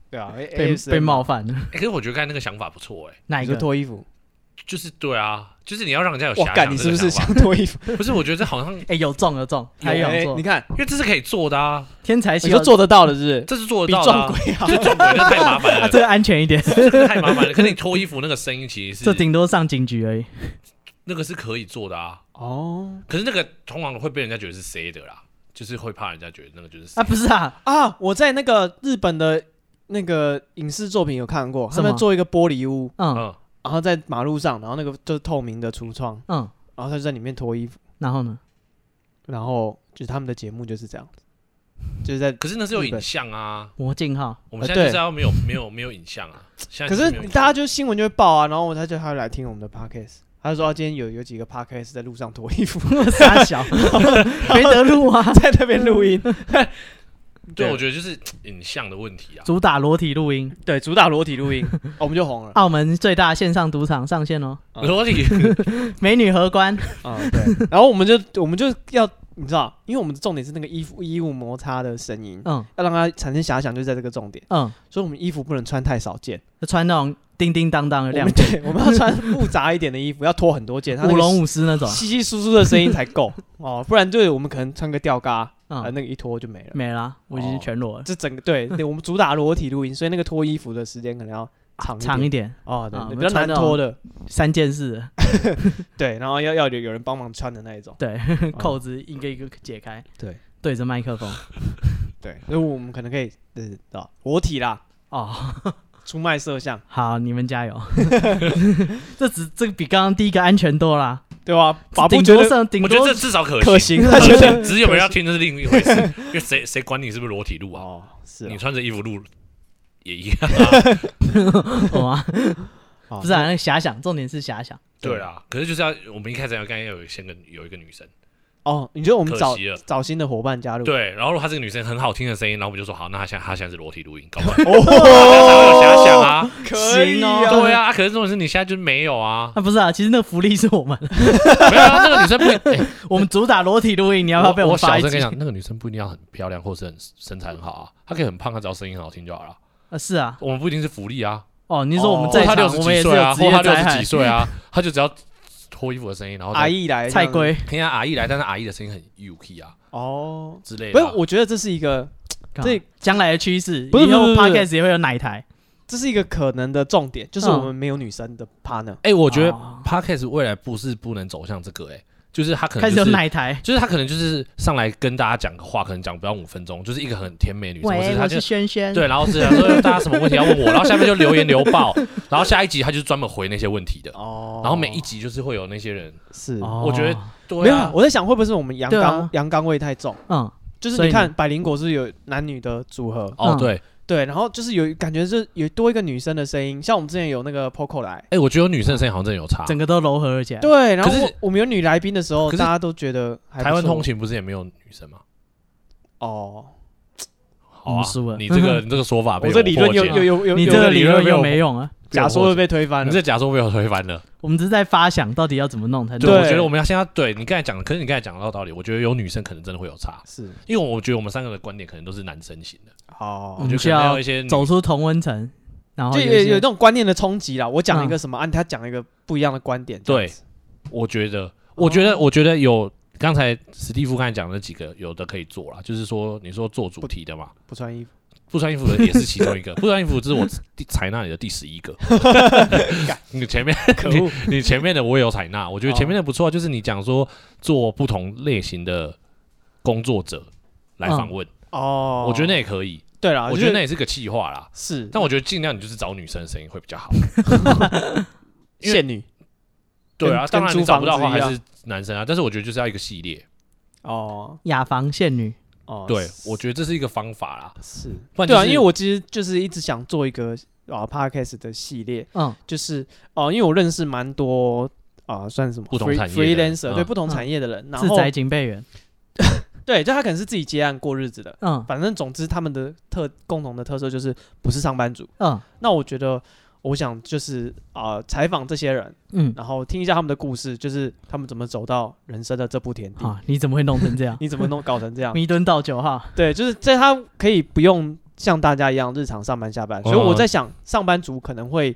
A: 对啊，
B: 被被冒，犯。
C: 欸可是我觉得刚才那个想法不错，哎，
B: 哪
A: 你
B: 一
A: 就
B: 个？
A: 脱衣服。
C: 就是对啊，就是你要让人家有
A: 我
C: 遐
A: 干，
C: 想
A: 你
C: 这
A: 是
C: 个
A: 不是
C: 想法。
A: 想脱衣服？
C: 不是，我觉得这好像，因
B: 哎，有中有中，还有
A: 哎
B: 中
A: 你，看，
C: 为这是可以做的啊，
B: 天才
A: 你
B: 希
A: 说
B: 望
A: 做得到的是
C: 这是做
A: 不
C: 得
A: 是，
C: 到
A: 比
C: 的
A: 撞鬼好。
C: 啊。[laughs] 这撞鬼那太麻烦
B: [laughs] 啊，
C: 了，
B: 这个安全一点，
C: 这个太麻烦了。可是你脱衣服那个声音，
A: [laughs]
C: 其实
B: 这
C: 是
B: 顶多上警局而已。
C: 那个是可以做的啊。
B: [laughs]
A: 哦
C: 可是那个通常会被人家觉得是 C 的啦，就是会怕人家觉得那个就是 C
B: 啊，不是啊，
A: 啊，我在那个日本的那个影视作品有看过，他
B: 什
A: 们
B: 么
A: 做一个玻璃屋，
B: 嗯
C: 嗯，
A: 然后在马路上，然后那个就是透明的橱窗，
B: 嗯，
A: 然后他就在里面脱衣服，
B: 然后呢？
A: 然后就是他们的节目就是这样子，就是在。
C: 可是那是有影像啊。
B: 魔镜号， [laughs]
C: 我们现
A: 呃对
C: 在就是要没有没有没有影像啊。现
A: 可
C: 在就是没有影像
A: 大家就新闻就会报啊，然后我他就他就来听我们的 podcast，他就说、啊今天有有几个 podcast 在路上脱衣服，
B: 傻小，没得录啊，
A: [laughs] 在那边录音，
C: 对，我觉得就是影像的问题
B: [laughs]
C: 啊。
B: 主打裸体录音，
A: [laughs] 对，主打裸体录音， [laughs] 哦我们就红了
B: 澳门最大线上赌场上线哦，
A: 啊
C: 裸体
B: 美女荷官，
A: 啊、对，然后我们就我们就要你知道，因为我们的重点是那个衣服衣物摩擦的声音，
B: 嗯
A: 要让它产生遐想，就在这个重点，
B: 嗯，
A: 所以我们衣服不能穿太少件，
B: 就穿那种叮叮当当的
A: 我
B: 亮
A: 们，对，我们要穿复杂一点的衣
B: [laughs]
A: 服，要脱很多件，它那
B: 舞
A: 个
B: 龙舞狮那种，啊
A: 稀稀疏疏的声音才够 [laughs] 哦，不然就是我们可能穿个吊嘎，啊、
B: 嗯，
A: 那个一脱就没了。
B: 没啦，我已经
A: 哦
B: 全裸了，
A: 这整个对，对我们主打裸体录音，所以那个脱衣服的时间可能要长
B: 长
A: 一
B: 一
A: 点
B: 点，
A: 哦，对对
B: 啊，我
A: 比
B: 们
A: 较
B: 穿
A: 难
B: 那
A: 脱的，
B: 三件事，
A: 哦对，然后要要有有人帮忙穿的那一种，
B: 对，扣子一个一个解开，
A: 对
B: 对着麦
A: [laughs]
B: 克风，
A: 对，所以我们可能可以呃，啊裸体啦，
B: 哦，
A: 出卖摄像，
B: 好，你们加油， [laughs] 这只这个比刚刚第一个安全多啦，
A: 对啊吧？法布
B: [laughs] 顶
A: 觉
B: 多
A: 得
B: 上顶
C: 我觉
B: 多
C: 得这至少可
A: 可
C: 行。
B: [laughs]
C: 啊
A: 行，他觉得
C: 只是有没有要听这是另一回事，因为谁谁管你是不是裸体录啊？
A: 哦，是
C: 你
A: 啊
C: 穿着衣服录也一样
B: [laughs]
C: 啊。
B: 懂吗？
A: [laughs] 哦
B: 啊不是啊，那个遐想，重点是遐想，
C: 对啊，可是就是要我们一开始要刚要有先跟有一个女生，
A: 哦，你觉得我们
C: 可
A: 找
C: 惜了
A: 找新的伙伴加入？
C: 对，然后如果她这个女生很好听的声音，然后我们就说好，那她现在她现在是裸体录音，搞不好
A: 哦，
C: 她有遐
B: [laughs]
C: 想啊。
A: 可以
B: 行
A: 哦
B: 哦，
C: 对啊，啊可是重点是你现在就是没有啊， [laughs]
B: 啊，不是啊，其实那个福利是我们，
C: 没有啊，那个女
B: [laughs]
C: 生不，哎
B: 我们主打裸体录音，你要不要被
C: 我我
B: 发
C: 小
B: 一
C: 声跟
B: 集
C: 你？讲，那个女生不一定要很漂亮或是很身材很好啊，她可以很胖，她只要声音很好听就好了。
B: 啊，是啊，
C: 我们不一定是福利啊，
B: 哦，你说我们
A: 哦
B: 在
C: 或她
B: 场，
C: 六十
B: 我们
C: 几
B: 也是
C: 岁啊，
B: 有职
C: 或她
B: 业
C: 六
B: 灾
C: 十
B: 害
C: 几。
B: [laughs]
C: 岁啊，她就只要脱衣服的声音，然后再
A: 阿姨来
B: 菜
A: 这样
B: 龟
C: 听下阿姨来，但是阿姨的声音很 UK 啊
A: 哦，
C: 之类
A: 不
C: 的
A: 是
C: 啊、，
A: 我觉得这是一个这
B: 将来的趋势，
A: 不是
B: 以后
A: 不是不是
B: podcast 也会有奶台，
A: 这是一个可能的重点，就是我
B: 嗯
A: 们没有女生的 partner。
C: 哎、我觉得
B: 哦
C: podcast 未来不是不能走向这个、哎，就是他可
B: 开
C: 能
B: 始
C: 就
B: 有
C: 是。
B: 奶台。
C: 就是他可能就是上来跟大家讲个话，可能讲不到五分钟，就是一个很甜美的女生，或
B: 喂，
C: 是他
B: 我
C: 就是
B: 轩轩。
C: 对，然后是他说哎大家什么问题要问我，然后下面就留言留
A: [laughs]
C: 爆，然后下一集他就是专门回那些问题的，
A: 哦
C: 然后每一集就是会有那些人，
A: 是
B: 哦，
C: 我觉得
A: 没
C: 对
A: 有
C: 啊
A: 啊，，我在想会不会是我们阳
B: 对啊
A: 刚阳刚味太重，
B: 嗯，
A: 就是
B: 所
A: 你
B: 以呢
A: 看百灵果是不是有男女的组合，
C: 哦
B: 嗯
C: 对，
A: 对，然后就是有感觉是有多一个女生的声音，像我们之前有那个 Poco 来，
C: 哎、我觉得有女生的声音好像真的有差。
B: 整个都柔和了起来。
A: 对，然后
C: 可是
A: 我我们有女来宾的时候，
C: 可是
A: 大家都觉得还不错
C: 台湾通勤不是也没有女生吗？
A: 哦，
C: 好啊
B: 我们输了，
C: 你这个你这个说啊法被
A: 我这理论
C: 破
A: 又
C: 解
A: 又又又
B: 你
A: 又
B: 这个
A: 又
B: 理
C: 有
B: 论
C: 没有
B: 又没用啊，
A: 假说又被推翻
C: 你
A: 了，
C: 这假说被我推翻了。
B: 我们只是在发想，到底要怎么弄才
C: 对，
A: 对
B: 弄？
C: 我觉得我们要现在对你刚才讲的，可是你刚才讲的到道理，我觉得有女生可能真的会有差，
A: 是
C: 因为我觉得我们三个的观点可能都是男生型的，
A: 哦
B: 我
C: 我
B: 们
C: 觉得可
B: 需
C: 能
B: 要
C: 要一些女
B: 走出同温层，
C: 哦
B: 然后
A: 就
B: 有
A: 有有那
B: 些
A: 种观念的冲击啦。我讲一
B: 嗯
A: 个什么，啊，他讲一个不一样的观点，
C: 对，我觉得，我觉得，我觉得有刚才史蒂夫刚才讲的那几个，有的可以做啦，就是说你说做主题的嘛，
A: 不穿
C: [laughs]
A: 衣服，
C: 不穿衣服的也是其中
B: [laughs]
C: 一个，不穿衣服这是我第采纳你的第十一个，你前面
A: 可恶，
C: 你前面的我也有采纳，我觉得前面的不错啊，就是你讲说做不同类型的工作者来访问，
A: [laughs]
B: 嗯
A: 哦，
C: 我觉得那也可以，
A: 对啦，
C: 我觉得
A: 哦啊就
C: 那
A: 是
C: 也是个气话啦，
A: 是
C: 但我觉得尽量你就是找女生的声音会比
A: [laughs]
C: 较好。因为
A: 现女
C: 对啊，
A: 跟
C: 当然
A: 租
C: 你找不到的
A: 房
C: 话
A: 子一
C: 还
A: 样
C: 是男生啊，但是我觉得就是要一个系列，
A: 哦
B: 雅房现女，
A: 哦，
C: 对我觉得这是一个方法啦。
A: 是
C: 不然就
A: 对啊，
C: 是
A: 因为我其实就是一直想做一个啊 podcast 的系列，
B: 嗯
A: 就是哦，因为我认识蛮多啊算什么
C: 不同
A: free-
C: 产业的
A: freelancer，
C: 嗯
A: 对不同产业的人，然
B: 自
A: 后
B: 宅警备员，
A: 对，就他可能是自己接案过日子的，
B: 嗯
A: 反正总之他们的特共同的特色就是不是上班族。
B: 嗯
A: 那我觉得，我想就是啊、呃采访这些人，
B: 嗯，
A: 然后听一下他们的故事，就是他们怎么走到人生的这步田地，？
B: 啊，你怎么会弄成这样
A: 你怎么弄搞成这
C: [laughs]
A: 样？
B: 弥敦道九号，
A: 对，就是在他可以不用像大家一样日常上班下班，所以我
C: 嗯
A: 在想，上班族可能会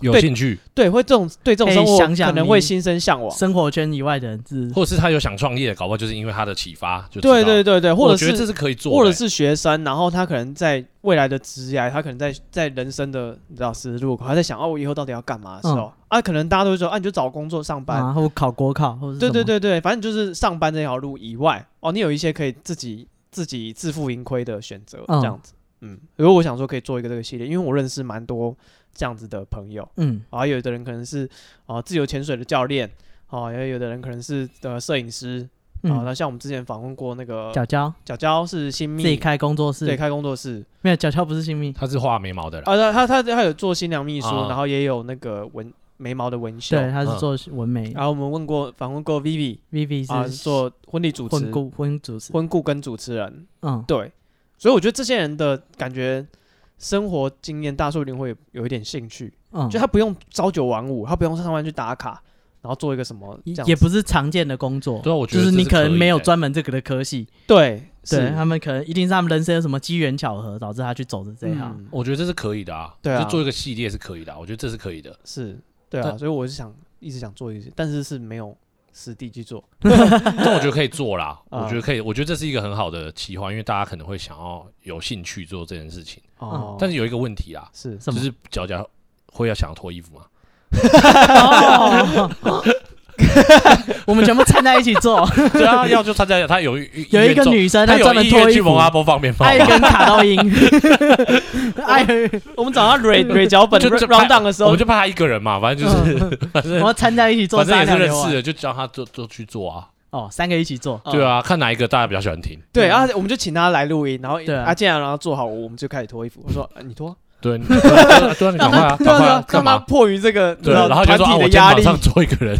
C: 有
A: 对
C: 兴趣，
A: 对会这种对
C: 哎
A: 这种生
B: 可以
A: 活
B: 想想
A: 可能
B: 你
A: 会心生向往。
B: 生活圈以外的人是，
C: 或者是他有想创业，搞不好就是因为他的启发，就知道
A: 对对，对对，或者
C: 我觉得这
A: 是
C: 是可以做的，
A: 或者是学生，然后他可能在未来的职业，他可能在在人生的你知道十字路口，他在想哦，我以后到底要干嘛
C: 嗯
A: 的时候、啊，可能大家都会说啊，你就找工作上班。
B: 啊，或考国考，或者是
A: 对
B: 什
A: 对
B: 么，
A: 对对，反正就是上班这条路以外，哦，你有一些可以自己自己自负盈亏的选择，
B: 嗯
A: 这样子。嗯，如果我想说可以做一个这个系列，因为我认识蛮多这样子的朋友，
B: 嗯
A: 啊，有的人可能是啊、自由潜水的教练，啊，也有的人可能是呃摄影师，啊，
B: 嗯，
A: 那像我们之前访问过那个
B: 角角
A: 角角是新密
B: 自己开工作
A: 自己
B: 室，
A: 开工作室，
B: 没有角角不是新密，
C: 欸他是画眉毛的啦，
A: 啊，他他他他有做新娘秘书，
C: 啊
A: 然后也有那个纹眉毛的纹绣，
B: 哦对，他是
C: 嗯
B: 做纹眉
A: 然后我们问过访问过 Vivi
B: ，Vivi
A: 啊，
B: 是
A: 是做婚礼主持
B: 婚、顾婚主持，
A: 婚顾跟主持人，
B: 嗯，
A: 对，所以我觉得这些人的感觉。生活经验，大叔一定会有有一点兴趣，
B: 嗯
A: 就他不用朝九晚五，他不用上班去打卡，然后做一个什么这
B: 也
A: 样
B: 也
A: 子
B: 不是常见的工作，
C: 对啊我觉
B: 就
C: 得
B: 是
C: 这
B: 你
C: 是
B: 可能
C: 可以
B: 没有
C: 的
B: 专门这个的科系，
A: 对，
B: 对
A: 是
B: 他们可能一定是他们人生有什么机缘巧合导致他去走的这一行，
A: 嗯
C: 我觉得这是可以的啊，
A: 对啊
C: 就做一个系列是可以的啊、我觉得这是可
A: [laughs]
C: 以的。
A: 是，对啊，
C: 但
A: 所以我是想一直想做一些，但是是没有实地去做，
C: 但我觉得可以做啦，
A: 啊
C: 我觉得可以，我觉得这是一个很好的企划，因为大家可能会想要有兴趣做这件事情，
A: 哦，
C: 但是有一个问题啊，
A: 是
B: 什
C: 就
B: 么？
C: 是脚脚会要想要脱衣服吗？
B: [laughs] 哦 [laughs] 我们全部掺在一起做，
C: 对啊，要就参加他有
B: 有一个，女生她
C: 他
B: 专
C: 有
B: 门
C: 意
B: 脱
C: 愿
B: 衣
C: 去
B: 服
C: 蒙，阿波放鞭炮，
B: 爱跟卡到 [laughs] 音，爱
A: 我们找
B: [laughs]
A: 到
B: 嗯
A: 蕊蕊脚本
C: 就就
A: round down 的时
C: 我
A: 候
C: 们，就怕他一个人嘛，反正就是
B: 嗯我要掺在一起做
C: 反正
B: 三
C: 也
B: 两
C: 是
B: 牛
C: 认
B: 丸
C: 识的，就叫他做做去做啊，
B: 哦，三个一起做，
C: 对啊，看哪一个大家比较喜欢听，
A: 嗯对，然后我们就请他来录音，然后
B: 对啊
A: 啊，既然让他做好，我们就开始脱衣服。我说呃你脱，
C: 对，对啊对啊，你赶快啊，
A: 对
C: 赶
A: 啊，
C: 快啊干
A: 让他
C: 嘛？
A: 迫于这个
C: 对，然后就
A: 团
C: 说啊，
A: 体
C: 我
A: 的
C: 肩
A: 压
C: 膀
A: 力，
C: 上坐一个人，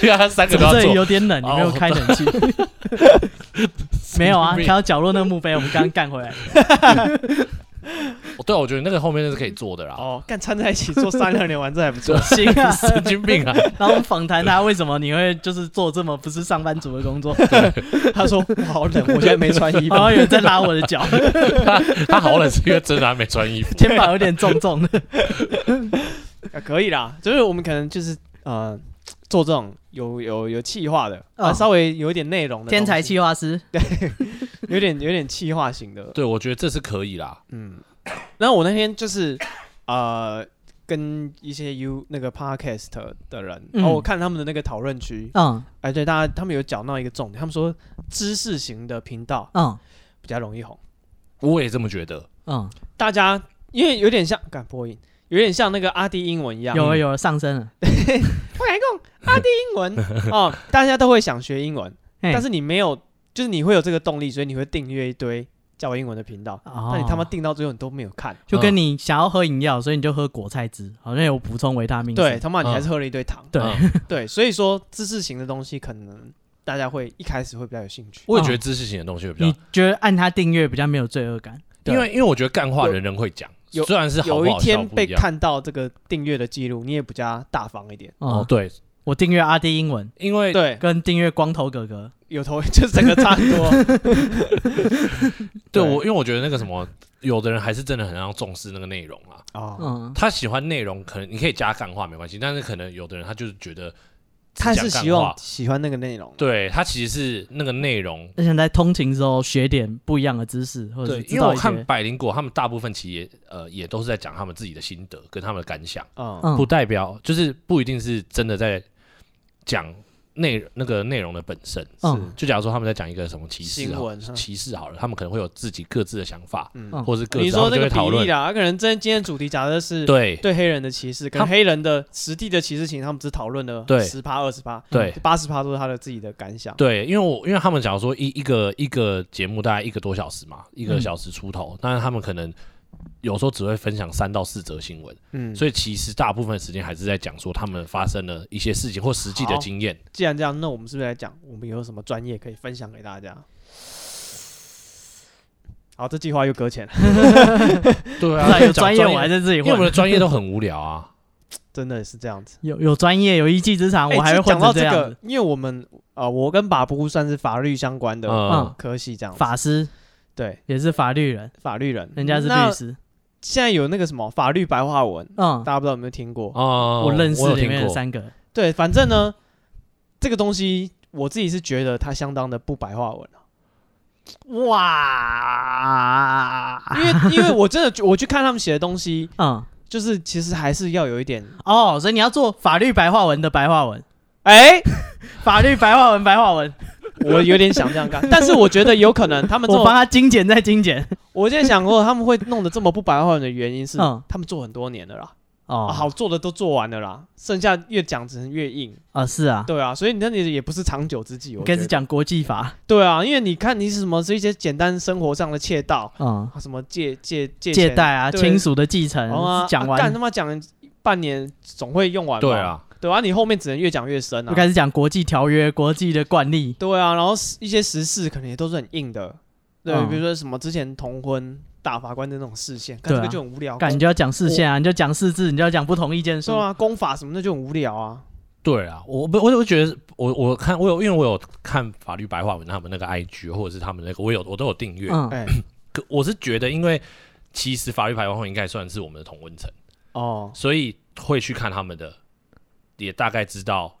C: 对啊，他三个
B: 这
C: 都要
B: 里
C: 做，哦
B: 有点冷，你没有开冷
C: [laughs]
B: 气。没有啊，看到角落那个墓碑，我们
C: [laughs]
B: 刚刚干回来。
C: 对啊，我觉得那个后面那是可以做的啦，
A: 哦，干掺在一起做三两年完，这还不 [laughs] 错。
B: 行啊，
C: 神经病啊，
B: [laughs] 然后我们访谈他为什么你会就是做这么不是上班族的工作，
C: [laughs]
A: 他说啊我好冷，我现在没穿 [laughs] 衣服
B: 然。后有人在拉我的
C: [laughs]
B: 脚，
C: 他好冷是因为真的还没穿衣服，
B: 肩膀有点重重的。
A: 啊，可以啦，就是我们可能就是呃，做这种有有有气化的，啊，
B: 嗯
A: 稍微有一点内容的，
B: [laughs] 天才，企划师，
A: 有点有点气化型的，
C: 对，我觉得这是可以啦，
A: 嗯。然后我那天就是呃，跟一些 U 那个 podcast 的人，
B: 嗯
A: 然后我看他们的那个讨论区，
B: 嗯
A: 哎，对，大家他们有讲到一个重点，他们说知识型的频道
B: 嗯
A: 比较容易红，
C: 我也这么觉得，
B: 嗯，
A: 大家因为有点像干播音。有点像那个阿弟英文一样，
B: 有了有了上升了。
A: 我敢讲阿弟英 [laughs] 文哦，大家都会想学英文，
B: 嘿
A: 但是你没有，就是你会有这个动力，所以你会订阅一堆教英文的频道。
B: 哦
A: 但你他妈订到最后你都没有看，
B: 就
C: 嗯
B: 跟你想要喝饮料，所以你就喝果菜汁，好像有补充维他命 C。
A: 对，他妈你
C: 嗯
A: 还是喝了一堆糖。
B: 对
C: 嗯
A: 哦对，所以说知识型的东西可能大家会一开始会比较有兴趣。
C: 我也觉得知识型的东西会比较
B: 你觉得按他订阅比较没有罪恶感？
A: 对
C: 因为因为我觉得干话人人会讲，
A: 有
C: 虽然是好
A: 有
C: 不
A: 一
C: 好笑
A: 天
C: 不
A: 被
C: 一样。
A: 看到这个订阅的记录，你也比较大方一点。
C: 哦
B: 哦，，
C: 对，
B: 我订阅阿弟英文，
C: 因为
A: 对，
B: 跟订阅光头哥哥，
A: 有头 [laughs] 就是整个差很 [laughs] 多。
C: 对
A: 对
C: 我，因为我觉得那个什么，有的人还是真的很要重视那个内容啊。
A: 哦，
B: 嗯，
C: 他喜欢内容，可能你可以加干话没关系，但是可能有的人他就是觉得只
A: 他
C: 讲
A: 是
C: 干
A: 希
C: 话
A: 望喜欢那个内容。
C: 对他其实是那个内容。
B: 而且在通勤之后学点不一样的知识，或者
C: 对
B: 是，知
C: 因为我
B: 道一
C: 看
B: 些。
C: 百灵果，他们大部分其实也呃也都是在讲他们自己的心得跟他们的感想，
A: 嗯，
B: 嗯 [laughs]
C: 不代表就是不一定是真的在讲内那个内容的本身。
B: 嗯
C: 就假如说他们在讲一个什么歧视
A: 新
C: 好
A: 闻
C: 了
A: 嗯
C: 歧视好了，他们可能会有自己各自的想法，
A: 嗯
C: 或是各自
A: 你说
C: 他们
A: 这
C: 就
A: 个
C: 会讨
A: 比例
C: 论。
A: 啦，可能真今天主题假设是
C: 对
A: 对黑人的歧视，跟
C: 他
A: 黑人的实地的歧视情，他们只讨论了
C: 对
A: 十趴二十趴，
C: 对
A: 八十趴都是他的自己的感想。
C: 对，因为我因为他
A: 嗯
C: 们假如说一一个一个节目大概一个多小时嘛，一个小时出头，但是他们可能有时候只会分享三到四则新闻，
A: 嗯，
C: 所以其实大部分时间还是在讲说他们发生了一些事情或实际的
A: 好
C: 经验。
A: 既然这样，那我们是不是来讲我们有什么专业可以分享给大家？好，这计划又搁浅了， [laughs]
C: 对
B: 不
C: 啊，
B: 然有专
C: 业
B: 业我还在这里
C: 因为我
B: 混
C: 们，的专业都很无聊啊。
A: [laughs] 真的是这样子。
B: 有有专业有一技之啊长，我还
A: 哎
B: 会
A: 其实
B: 混
A: 讲到
B: 成
A: 这
B: 样
A: 个
B: 子。，
A: 因为我们啊、呃我跟把布算是法律相关的
C: 嗯，
A: 科系，这样子
B: 法师
A: 对
B: 也是法律人，
A: 法律人，
B: 人家是
A: 那
B: 律师。
A: 现在有那个什么法律白话文，
B: 嗯，
A: 大家不知道有没有听过？
C: 哦，
B: 我认识
C: 有
B: 里
C: 听
B: 面的
C: 过，
B: 三个。
A: 对，反正呢，这个东西我自己是觉得它相当的不白话文啊
B: 哇，
A: 因为因为我真的觉我去看他们写的东西，
B: 嗯，
A: 就是其实还是要有一点，
B: 哦，所以你要做法律白话文的白话文，
A: 哎、
B: 法律白话文白话文，
A: [laughs] 我有点想这样干，但是我觉得有可能他们这
B: 我帮
A: 么，
B: 他精简再精简。
A: 我现在想过他们会弄得这么不白话文的原因是，
B: 嗯
A: 他们做很多年了啦，
B: 哦，
A: 啊 [laughs] 好做的都做完了啦，剩下越讲只能越硬，
B: 啊，是啊，
A: 对啊，所以那你也不是长久之计，我
B: 应
A: 觉
B: 该是
A: 得，
B: 讲国
A: [laughs]
B: 际法，
A: 对啊，因为你看你是什么是一些简单生活上的窃盗。
B: 嗯，
A: 啊什么借借借
B: 借
A: 钱
B: 贷啊，
A: 对
B: 亲属的继承
A: 好啊，
B: 讲
A: 啊干
B: 完
A: 他，妈讲半年总会用完，
C: 对，啊，
A: 对啊，你后面只能越讲越深
B: 就
A: 啊，
B: 开始讲国际条约、国际的惯例。
A: 对啊，然后时一些时事可能也都是很硬的，对，
B: 嗯
A: 比如说什么之前同婚大法官的那种事件，看
B: 对啊
A: 这个就很无聊，
B: 干，你
A: 公
B: 就要讲视线啊，你就讲四字，你就要讲不同意见
A: 对
B: 书。
A: 啊，公法什么的就很无聊啊，
C: 对啊，我不，我就觉得，我我看我有，因为我有看法律白话文他们那个 IG 或者是他们那个，我有我都有订阅。
B: 嗯，
C: [coughs]
A: 哎，
C: 可我是觉得，因为其实法律白话文应该算是我们的同温层，
A: 哦，
C: 所以会去看他们的，也大概知道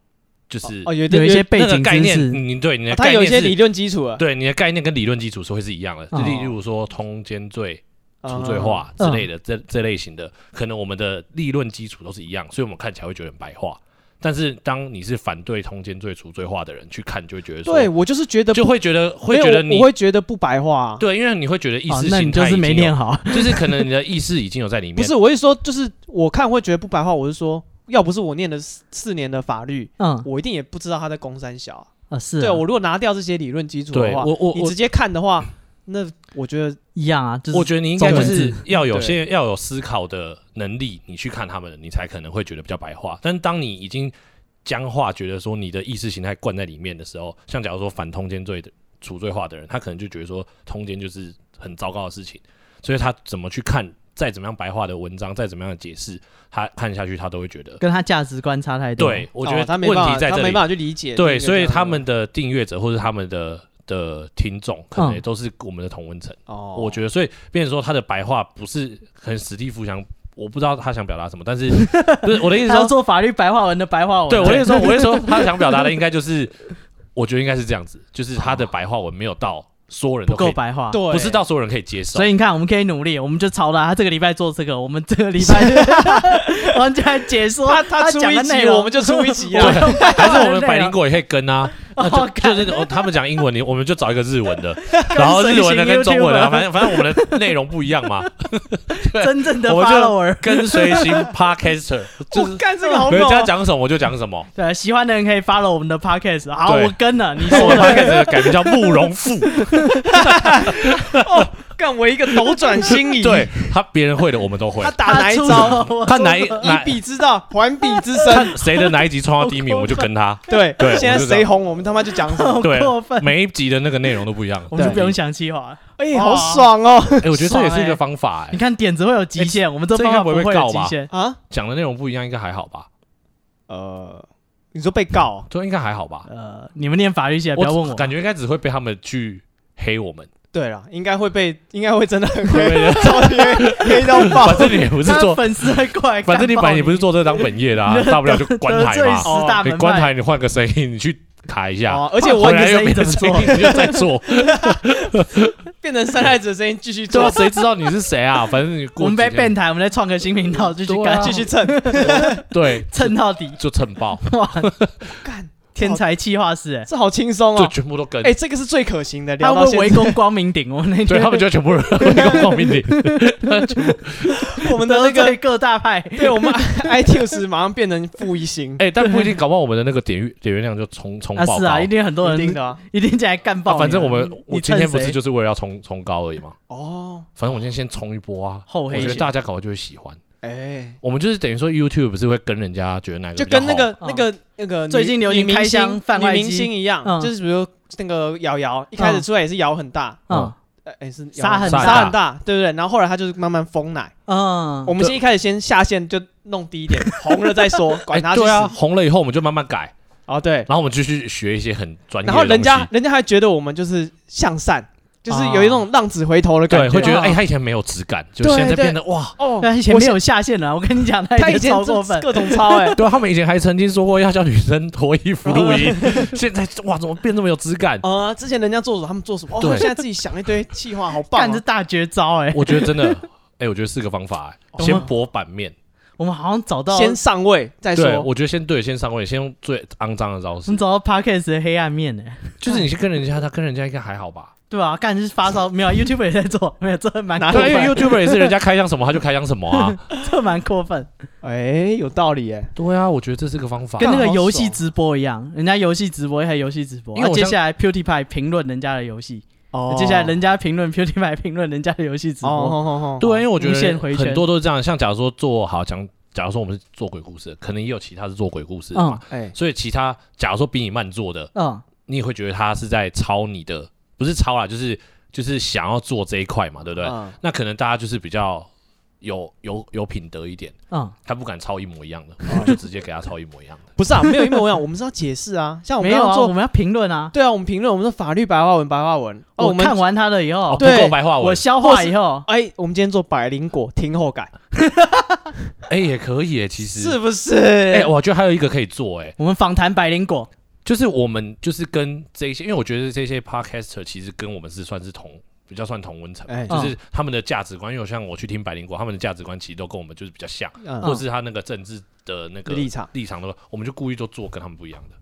C: 就是
A: 哦，有
B: 有一些背
C: 那个
B: 景
C: 概
B: 知
C: 念，
B: 识，
C: 你对你的
A: 哦它
C: 概
A: 有一些
C: 念是
A: 理。论基础了，
C: 对你的概念跟理论基础是会是一样的，就
B: 哦
C: 例如说通奸罪、
A: 嗯
C: 除罪，化之类的，这这类型的，可能我们的理论基础都是一样，所以我们看起来会觉得很白话。但是当你是反对通奸罪、除罪化的人去看，就会觉得说，
A: 对，我就是觉得
C: 就
A: 不
C: 会觉得会
A: 没有
C: 觉得
A: 我
C: 你
A: 我会觉得不白话啊，
C: 对，因为你会觉得意
B: 哦
C: 识，
B: 那
C: 形
B: 你就
C: 态
B: 是
C: 已
B: 没
C: 经有
B: 念好。
C: 就是可能你的意识已经有在里面。
A: 不是，我是说，就是我看会觉得不白话，我是说，要不是我念了四四年的法律，
B: 嗯，
A: 我一定也不知道他在攻三小啊。
B: 啊是啊，
A: 对我如果拿掉这些理论基础的
C: 对
A: 话，
C: 我我
A: 你
C: 我
A: 直接看的话，那我觉得
B: 一样啊，就是
C: 我觉得你应该就
B: 中文
C: 是
B: 字
C: 要有
A: 对
C: 些要有思考的能力，你去看他们，你才可能会觉得比较白话。但当你已经僵化，觉得说你的意识形态灌在里面的时候，像假如说反通奸罪的处罪化的人，他可能就觉得说通奸就是很糟糕的事情，所以他怎么去看再怎么样白话的文章，再怎么样的解释，他看下去他都会觉得，
B: 跟他价值观差太多。
C: 对我觉
A: 哦
C: 得
A: 他没
C: 问
A: 办
C: 题
A: 法，
C: 在
A: 他
C: 这
A: 没
C: 里。
A: 办法去理解这个这
C: 对，
A: 样的。
C: 所以他们的订阅者或者他们的的听众，可能
B: 嗯
C: 也都是我们的同温层。
A: 哦，
C: 我觉得，所以变成说他的白话不是很史蒂夫想，我不知道他想表达什么，
B: [laughs]
C: 但是不是我的意思
B: 他要
C: 说，
B: 做法律白话文的白话文。
C: 对我的意思说，我的意思说他想表达的应该就是，我觉得应该是这样子，就是他的白话文没有到所有人
B: 不
C: 都可
B: 够
C: 以，
B: 白话。
A: 对，
C: 不是到所有人可以接受
B: 所。以你看，我们可以努力，我们就朝了他这个礼拜做这个，我们这个礼
C: [laughs]
B: 拜完全解说
A: 他他出
B: 讲
A: 一
B: 的内
A: 集，
B: 容，
A: 我们就出一集
C: 对，
B: [laughs]
A: 啊。
C: [laughs] 还是我们百灵果也可以跟啊，那
B: 哦
C: 就就是哦他们讲英文，你我们就找一个日
B: [laughs]
C: 文的，然后日文的跟中文的啊，反正反正我们的内容不一样嘛，
B: [laughs] 真正的
C: 我就
B: follower。
C: 跟随型 podcaster 就
A: 我
C: 是
A: 干这个好
B: 啊
C: 人
A: 猛
C: 家
A: 哦，
C: 讲什么我就讲什么。
B: 对，喜欢的人可以 follow 我们的 podcast。好，
C: 对
B: 我跟了，你
C: 那我
B: 说
C: 们
B: 的
C: podcast 的改名叫慕容复，
A: 干我一个斗转星移。
C: [laughs] 对，他别人会的我们都会
A: 他，打哪一
B: 出
A: 招？
B: 手我
C: 看
A: [laughs]
C: 哪一
A: 以
C: 哪
A: 彼之道，还彼之身。
C: 看谁的哪一集冲到第一名，我就跟他。
A: 对
C: 对
A: 现在
C: 我就知道
A: 谁红，我们他妈就讲什么。
B: 好
C: 对啊
B: 过分，
C: 每一集的那个内容都不一样，
B: 我们就
A: 对
B: 不用想计划了。
A: [laughs] 哎，
B: 哇
A: 好爽哦！
C: 哎、我觉得这也是一
B: 爽欸
C: 个方法、
B: 你
C: 哎，
B: 看点子会有极限，我们这
C: 这
B: 方
C: 应
B: 法
C: 该不会
B: 会
C: 被
B: 有
C: 告
B: 极
C: 吧
B: 限。
A: [laughs] 啊，
C: 讲的内容不一样，应该还好吧？
A: 呃，你说被告啊
C: 对，应该还好吧？
B: 呃，你们念法律系的不要问我，
C: 感觉应该只会被他们去黑我们，
A: 对了，应该会被，应该会真的很黑，
C: 对
B: [laughs]
C: 不
A: 遭黑黑到爆
C: 反。正你也 [laughs] 不是
B: 他
C: 做，
B: 粉丝会过来干爆，
C: [laughs] 反正你本来也不是做这当本业
B: [laughs]
C: 的啊，大不了就关
B: 得
C: 台
B: 罪
C: 嘛。
B: 十大
C: 你
B: 门
C: 关
B: 派，
C: 台，你换个声音，你去卡一下，
A: 哦，而且我
C: [laughs] 回
B: 你的
C: 来又
B: 声音
C: 没
B: 怎
C: 得
B: 么
C: 声
B: 做
C: 音，你就再做。
A: 变成三太子的声音继续
C: 对啊，
A: 做，
C: 谁知道你是谁啊？反正你
B: 我
C: 过
B: 们
C: 几
B: 被
C: 天
B: 变台，我们再创个新频道，继续
C: 对啊
B: 干，
A: 继续蹭，
C: 对
B: 蹭到底。 [laughs]
C: 就蹭爆。
B: 哇，
A: 干。
B: 天才气化师、欸，
A: 这好轻松
C: 就
A: 哦。
C: 全部都跟
A: 哎，，这个是最可行的，
B: 他
A: 聊到
B: 会
A: 现
B: 围
A: 在
B: 攻光明顶。我们那
C: [laughs] 对
B: 天
C: 他们就全部人跟报名顶，
A: 我 [laughs] 们的
B: 得
A: 那
B: 罪
A: 个，
B: 各大派，
A: 对
B: [laughs]
A: 我们 iTunes 马上变成负一星，
C: 哎，但不一定，搞不好我们的那个点阅点阅量就冲冲
B: 啊
C: 爆
B: 是啊，
C: 高
B: 一定很多人
A: 一定的啊
B: 一定进来干爆
C: 啊
B: 你啊、
C: 反正我们
B: 你
C: 我
B: 你
C: 今
B: 趁
C: 天不是
B: 谁
C: 就是为了要冲冲高而已吗？
A: 哦。
C: 反正我今天先冲一波啊，
B: 厚
C: 我
B: 黑
C: 觉得
B: 学
C: 大家搞不好就会喜欢。
A: 哎，
C: 我们就是等于说 YouTube 不是会跟人家觉得哪个
A: 就
C: 比较
A: 跟那个
B: 好嗯
A: 那个那个
B: 最近流行
A: 女明
B: 开箱
A: 星
B: 贩
A: 女
B: 卖
A: 明
B: 机
A: 星一样
B: 嗯，
A: 就是比如那个瑶瑶一开始
B: 嗯
A: 出来也是摇很大，
B: 嗯
A: 哎哎是摇
B: 沙很
C: 大
A: 沙很大，对不对？然后后来她就是慢慢封奶。
B: 嗯
A: 我们先一开始先下线就弄低一点，红了再
B: [laughs]
A: 说，
C: 好哎
A: 管他去
C: 对啊，
A: 死。
C: 红了以后我们就慢慢改，
A: 哦对，
C: 然后我们就去学一些很专业的
A: 然
C: 东
A: 后
C: 西，
A: 人家啊人家还觉得我们就是向善，就是有一种浪子回头的
C: 对
A: 感
C: 会觉得
B: 啊
C: 哎，他以前没有质感，就
A: 对
C: 现在
A: 对
C: 变得哇。
A: 哦
B: 但以前没有下线了，我跟你讲，他
A: 我他以
B: 已经
A: 前
B: 超
A: 这
B: 过分，
A: 各种超
C: [laughs]
A: 哎，
C: 对啊，他们以前还曾经说过要叫女生脱衣服
B: [laughs]
C: 录音，现在哇，怎么变这么有质感？
A: 呃，之前人家做什么他们做什么，哦，
C: 对
A: 现在自己想一堆气话，好棒
B: 干这
A: 啊！
B: 大绝招哎、
C: [laughs] 我觉得真的，哎，我觉得是个方法，哎
B: 哦
C: 先博版面。
B: 我们好像找到
A: 先上位再
C: 对，
A: 说，
C: 我觉得先对，先上位，先用最肮脏的招
B: 我
C: 式
B: 们，找到 podcast 的黑暗面呢、欸
C: 就是你去跟人家，他跟人家应该还好吧？
B: 对啊，干就是发烧，没有 YouTube 也在做，没有这蛮过
C: 啊对，因为
B: 分，
C: YouTuber 也是人家开箱什么他就开箱什么啊。
B: 这蛮过分，
A: 哎，有道理哎，
C: [laughs] 对啊，我觉得这是个方法。
B: 跟那个
A: 好
B: 游戏
A: 爽
B: 直播一样，人家游戏直播还有游戏直播，
C: 因为
B: 那
C: 我
B: 接
C: 像
B: 下来 PewDiePie 评论人家的游戏，
A: 哦
B: 接下来人家评论 PewDiePie 评论人家的游戏直
A: 哦
B: 播，
A: 哦哦，
C: 对啊，因为我觉
B: 无限回
C: 得
B: 圈
C: 很多都是这样。像假如说做好，讲假如说我们是做鬼故事的，可能也有其他是做鬼故事的嘛。
A: 哎，
C: 所以其他假如说比你慢做的，
B: 嗯
C: 你也会觉得他是在抄你的，不是抄啦，就是就是想要做这一块嘛，对不对？
A: 嗯
C: 那可能大家就是比较有有有品德一点，
B: 嗯，
C: 他不敢抄一模
A: [laughs]
C: 一样的，我就直接给他抄一模一样的。
A: 不是啊，没有一模一样，我们是要解释啊，像我
B: 没
A: 们
B: 有
A: 要
B: 啊，我
A: 做，
B: 们要评论啊，
A: 对啊，我们评论，我们说法律白话文白话文，哦，
B: 我
A: 们
B: 看完他的以后
C: 哦，，不
A: 对
C: 够白话
B: 我
C: 文，
B: 消
A: 或
B: 化
A: 是
B: 以后，
A: 哎，我们今天做百灵果听后改，
C: 哎，也可以耶，其
A: 是
C: 实。
A: 不是？
C: 哎，我觉得还有一个可以做，哎，
B: 我们访谈百灵果，
C: 就是我们就是跟这一些，因为我觉得这些 podcaster 其实跟我们是算是同比较算同温层，
A: 哎
C: 就是他们的价值观，因为我像我去听百灵果，他们的价值观其实都跟我们就是比较像，
A: 嗯
C: 或者是他那个政治的那个
A: 立场
C: 立场的，我们就故意就做跟他们不一样的，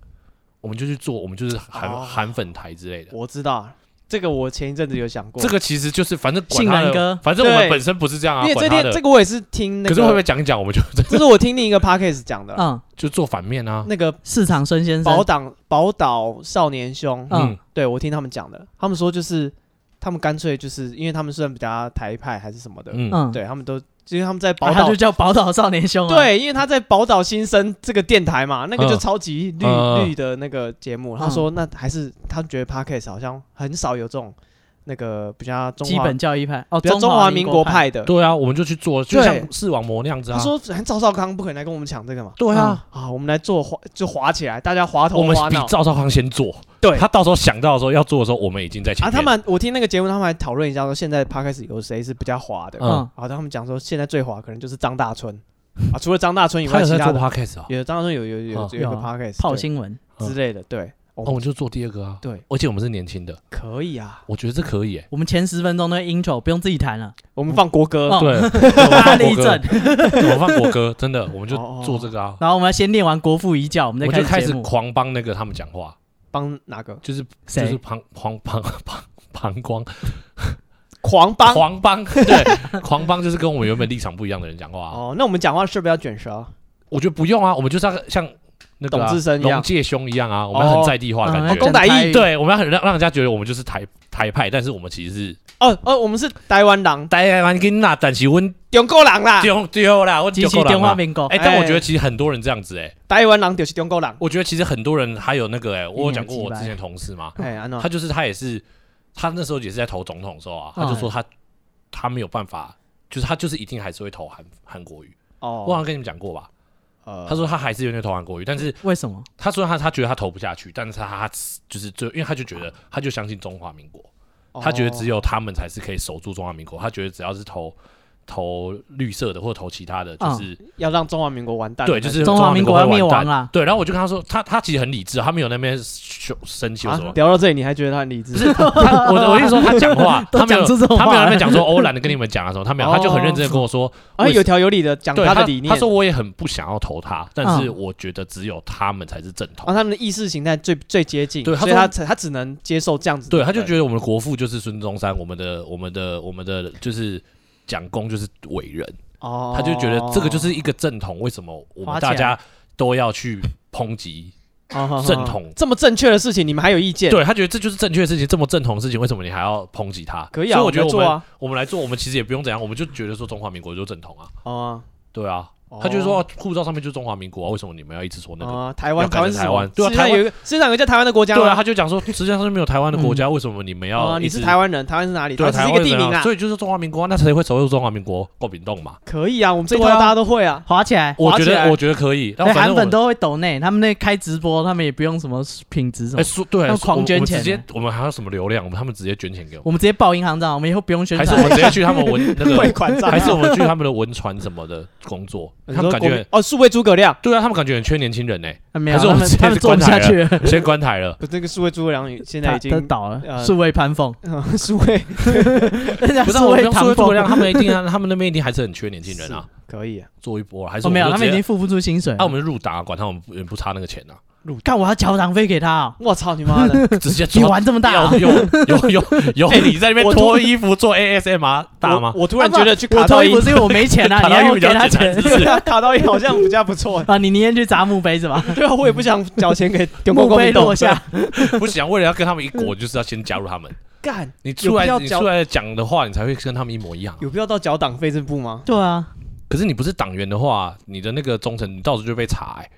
C: 我们就去做，我们就是韩
A: 哦
C: 韩、粉台之类的。
A: 我知道啊这个，我前一阵子有想过
C: 这个其实就是反正管他
B: 信男
C: 的
B: 哥，
C: 反正我们
A: 对
C: 本身不是这样啊，
A: 因为
C: 管
A: 这
C: 他
A: 天
C: 的。
A: 这个我也是听那
C: 可是会不
A: 个
C: 会，讲一讲，我们就
A: 这是我听另一个 podcast 讲的啦，
B: 嗯，
C: 就做反面啊？
A: 那个
B: 市场孙先
A: 啊宝
B: 生，
A: 岛宝岛少年兄，
B: 嗯
C: 嗯，
A: 对我听他们讲的，他们说就是他们干脆就是因为他们虽然比较台派还是什么的，
C: 嗯
B: 嗯，
A: 对他们都因为他们在宝
B: 啊，他
A: 岛
B: 就。叫宝岛少年兄啊，
A: 对，因为他在宝岛新生这个电台嘛，那个就
C: 嗯
A: 超级绿、
C: 嗯
A: 绿的那个节目。他说那还是他觉得 podcast 好像很少有这种那个比较中
B: 基
A: 华
B: 本教义派哦，
A: 比较中
B: 华
A: 华民国
B: 派，
A: 派的。
C: 对啊，我们就去做，就
A: 对
C: 像视网膜那样子啊。
A: 他说很赵少康不可能来跟我们抢这个嘛，
C: 对啊，
A: 啊，我们来做滑就滑起来，大家滑头
C: 我们
A: 滑
C: 比
A: 脑。
C: 赵少康先做，
A: 对
C: 他到时候想到的时候要做的时候，我们已经在前
A: 啊，
C: 面。
A: 他们我听那个节目，他们还讨论一下说现在 p 开始有谁是比较滑的。
C: 嗯
B: 嗯，
A: 好，他们讲说现在最滑可能就是张大春啊，除了张大春以
C: 他
A: 外，
C: 有
A: 其
C: 在做
A: 他的
C: podcast 啊，
A: 有张大春有有有
C: 哦
A: 有有个
B: 有
A: p
B: 啊
A: o d c a s
B: 泡新闻，
C: 嗯
A: 之类的，对，
C: 哦，我
A: 哦
C: 们，就做第二个啊。
A: 对，
C: 而且我们是年轻的，
A: 可以啊，
C: 我觉得这可以哎。
B: 我们前十分钟那个 intro 不用自己弹
A: [laughs]
B: 了，
A: 我们放国歌
B: 哦，
C: 对，
B: 大
C: 我
B: 力
C: 们放国歌
B: 正，，
C: 我们放国歌，真的，我们就
A: 哦哦哦
C: 做这个啊。
B: 然后我们要先念完国父遗教，我们
C: 我
B: 再
C: 就开
B: 始
C: 始
B: 节目。
C: 狂帮那个他们讲话，
A: 帮哪个？
C: 就是就
B: 谁
C: 是膀膀膀膀膀胱
A: 狂帮
C: 狂帮，对，狂帮就是跟我们原本立场不一样的人讲话啊。
A: 哦，那我们讲话是不是要卷舌？
C: 我觉得不用啊，我们就是要像那个啊
A: 董志生一样
C: 龙介兄一样啊，我们要很在地化
B: 嗯
C: 的感
A: 哦
C: 觉
A: 公。仔义
B: 对，
C: 对，我们要很让让人家觉得我们就是台台派，但是我们其实是
A: 哦哦，我们是台湾人，
C: 台湾囡仔，但是阮
A: 中国人啦，
C: 丢丢啦，我
B: 极
C: 丢
B: 其
C: 过
B: 电话
C: 啦。
B: 民国，
C: 哎，但我觉得其实很多人这样子哎，
A: 台湾人就是中国人。
C: 我觉得其实很多人还有那
A: 嗯
C: 个哎，我有讲过
B: 一年
C: 我
B: 几百
C: 之前同事嘛，
A: 哎，安诺
C: 他，就是他也是，他那时候也是在投总统的时候啊，
B: 嗯
C: 他就说他他没有办法，就是他就是一定还是会投韩韩国语。我好
A: 哦，
C: 像跟你们讲过吧？
A: 呃
C: 他说他还是有点投韩国语，但是
B: 为什么？
C: 他说他他觉得他投不下去，但是他他就是最，因为他就
B: 哦
C: 觉得他就相信中华民国，他觉得只有他们才是可以守住中华民国，他觉得只要是投投绿色的或投其他的，就
B: 嗯
C: 是、
A: 哦要让中华民国完蛋的
C: 对，
A: 那
C: 就
A: 种，
C: 是
B: 中华民国
C: 会
B: 要灭
C: 完蛋
B: 亡啦，
C: [laughs] 对，然后我就跟他说，他他其实很理智啊，他没有那边生生气或什么
A: 啊，。聊到这里你还觉得他很理智？
C: 不是他，我的我意思说他讲话
B: [laughs] 都
C: 他没有
B: 讲出这种
C: 他没有
B: 话
C: 在那
B: 来
C: 边讲说，哦我懒得跟你们讲啊什么，他没有，他就很认真的跟我说，
A: 啊，有条有理的讲
C: 对
A: 他
C: 他
A: 的理念。
C: 他说我也很不想要投他，但是
B: 嗯
C: 我觉得只有他们才是正统
A: 啊，。他们的意识形态最最接近，
C: 对他
A: 所以
C: 说
A: 他才他只能接受这样子的
C: 对，
A: 人。
C: 他就觉得我们的国父就是孙中山，我们的我们的我们的就是蒋公就是伟人，
A: 哦，
C: 他就觉得这个就是一个正统，为什么我
B: 花
C: 们大
B: 钱
C: 家都要去抨击
A: 哦好好
C: 正统？
A: 这么正确的事情，你们还有意见？，
C: 对他觉得这就是正确的事情，这么正统的事情，为什么你还要抨击他？
A: 可以
C: 所
A: 啊，
C: 以我觉得
A: 们
C: 我
A: 做
C: 们
A: 啊，
C: 我们来做，我们其实也不用怎样，我们就觉得说中华民国就正统啊，
A: 哦
C: 对啊
A: 哦，
C: 他就说啊护照上面就是中华民国啊，为什么你们要一直说那个？
A: 啊，台湾
C: 要改
A: 台湾
C: 成
A: 是什
C: 台
A: 么
C: 湾对啊
A: 世界上
C: 台湾
A: 有一个世界上有一个叫台湾的国家
C: 对啊，
A: 吗
C: 他就讲说世界上是没有台湾的国家，为什么你们
A: 啊，
C: 要
A: 你
C: 一
A: 是
C: 直？
A: 台湾人，台湾是哪里？
C: 对啊，
A: 台湾只
C: 台湾
A: 是一个
C: 为什
A: 地
C: 么
A: 名啊，
C: 所以就是中华民国啊，那谁会守护中华民国？郭炳栋嘛，
A: 可以啊，我们这一套
C: 对啊
A: 大家都会啊。
B: 滑起来。
C: 我
A: 滑
C: 觉
A: 起来
C: 得我觉得可以。然
B: 哎，
C: 后反
B: 韩
C: 正我
B: 粉
C: 们
B: 都会抖内，他们那开直播，他们也不用什么品质什么
C: 哎，说对，
B: 要狂
C: 我
B: 捐
C: 我们
B: 钱
C: 直接
B: 欸
C: 我们还有什么流量？我们他们直接捐钱给我
B: 我们直接报银行账，我们以后不用宣
C: 们，还
B: 传
C: 是我。们直接去他们文
A: [laughs]
C: 那
A: 汇
C: 个，
A: 款账
C: 啊还是我们去他们的文传什么的工作？
A: 你
C: 他
A: 说
C: 们感
A: 国
C: 觉
A: 民哦，数位诸葛亮
C: 对啊，他们感觉很缺年轻人呢，
B: 啊没有，
C: [laughs] 还是我
B: 他
C: 们
B: 们
C: 直接
B: 他们做不下去了，
C: 先关台了。
A: 不，那个数位诸葛亮现在
B: 他
A: 已
B: 他
A: 经
B: 倒
A: 呃
B: 了，数位潘凤，
A: [laughs] 数位
B: 人家
C: 不是啊，
B: [laughs] 数
C: 我不
B: 位
C: 用说
B: 唐
C: 诸葛亮，
B: 凤，
C: 他们一定啊，他们那边一定还是很缺年轻人啊，
A: 可以啊
C: 做一波啊还是
B: 哦
C: 我
B: 没有，
C: 就
B: 他们已
C: 直
B: 经
C: 接
B: 付不出薪水。
C: 那我们入党啊，管他们不不差那个钱啊，
B: 干，我要缴党费给他哦。
A: 我操你妈的！
C: 直接抓
B: 你玩这么大啊，
C: 有有有有有你在那边
A: 我
C: 脱衣服做 ASMR [laughs] 大吗
A: 我？我突然
B: 啊不
A: 觉得去
B: 我
A: 卡
B: 脱
A: 到
B: 衣
A: 音
B: 服，是因为我没钱啊，
C: [laughs] 卡
B: 你
C: 到
B: 要
C: 衣
B: 我
C: 服
B: 给他
C: 比较简
B: 钱。
C: 单是不是
A: 卡到音好像比较不错
B: [laughs] 啊，你宁愿去砸墓碑是
C: [laughs]
B: 吧？
A: 对啊，我也不想缴钱给中国
B: 墓
A: 国
B: 碑
A: 民党
B: 落下，
C: 不想为了要跟他们一国，就是要先加入他们。
A: 干，
C: 你出来
A: 有必要
C: 你
A: 交
C: 出来讲的话，你才会跟他们一模一样啊。
A: 有必要到缴党费这步吗？
B: 对啊，
C: 可是你不是党员的话，你的那个忠诚，你到时候就被查、欸。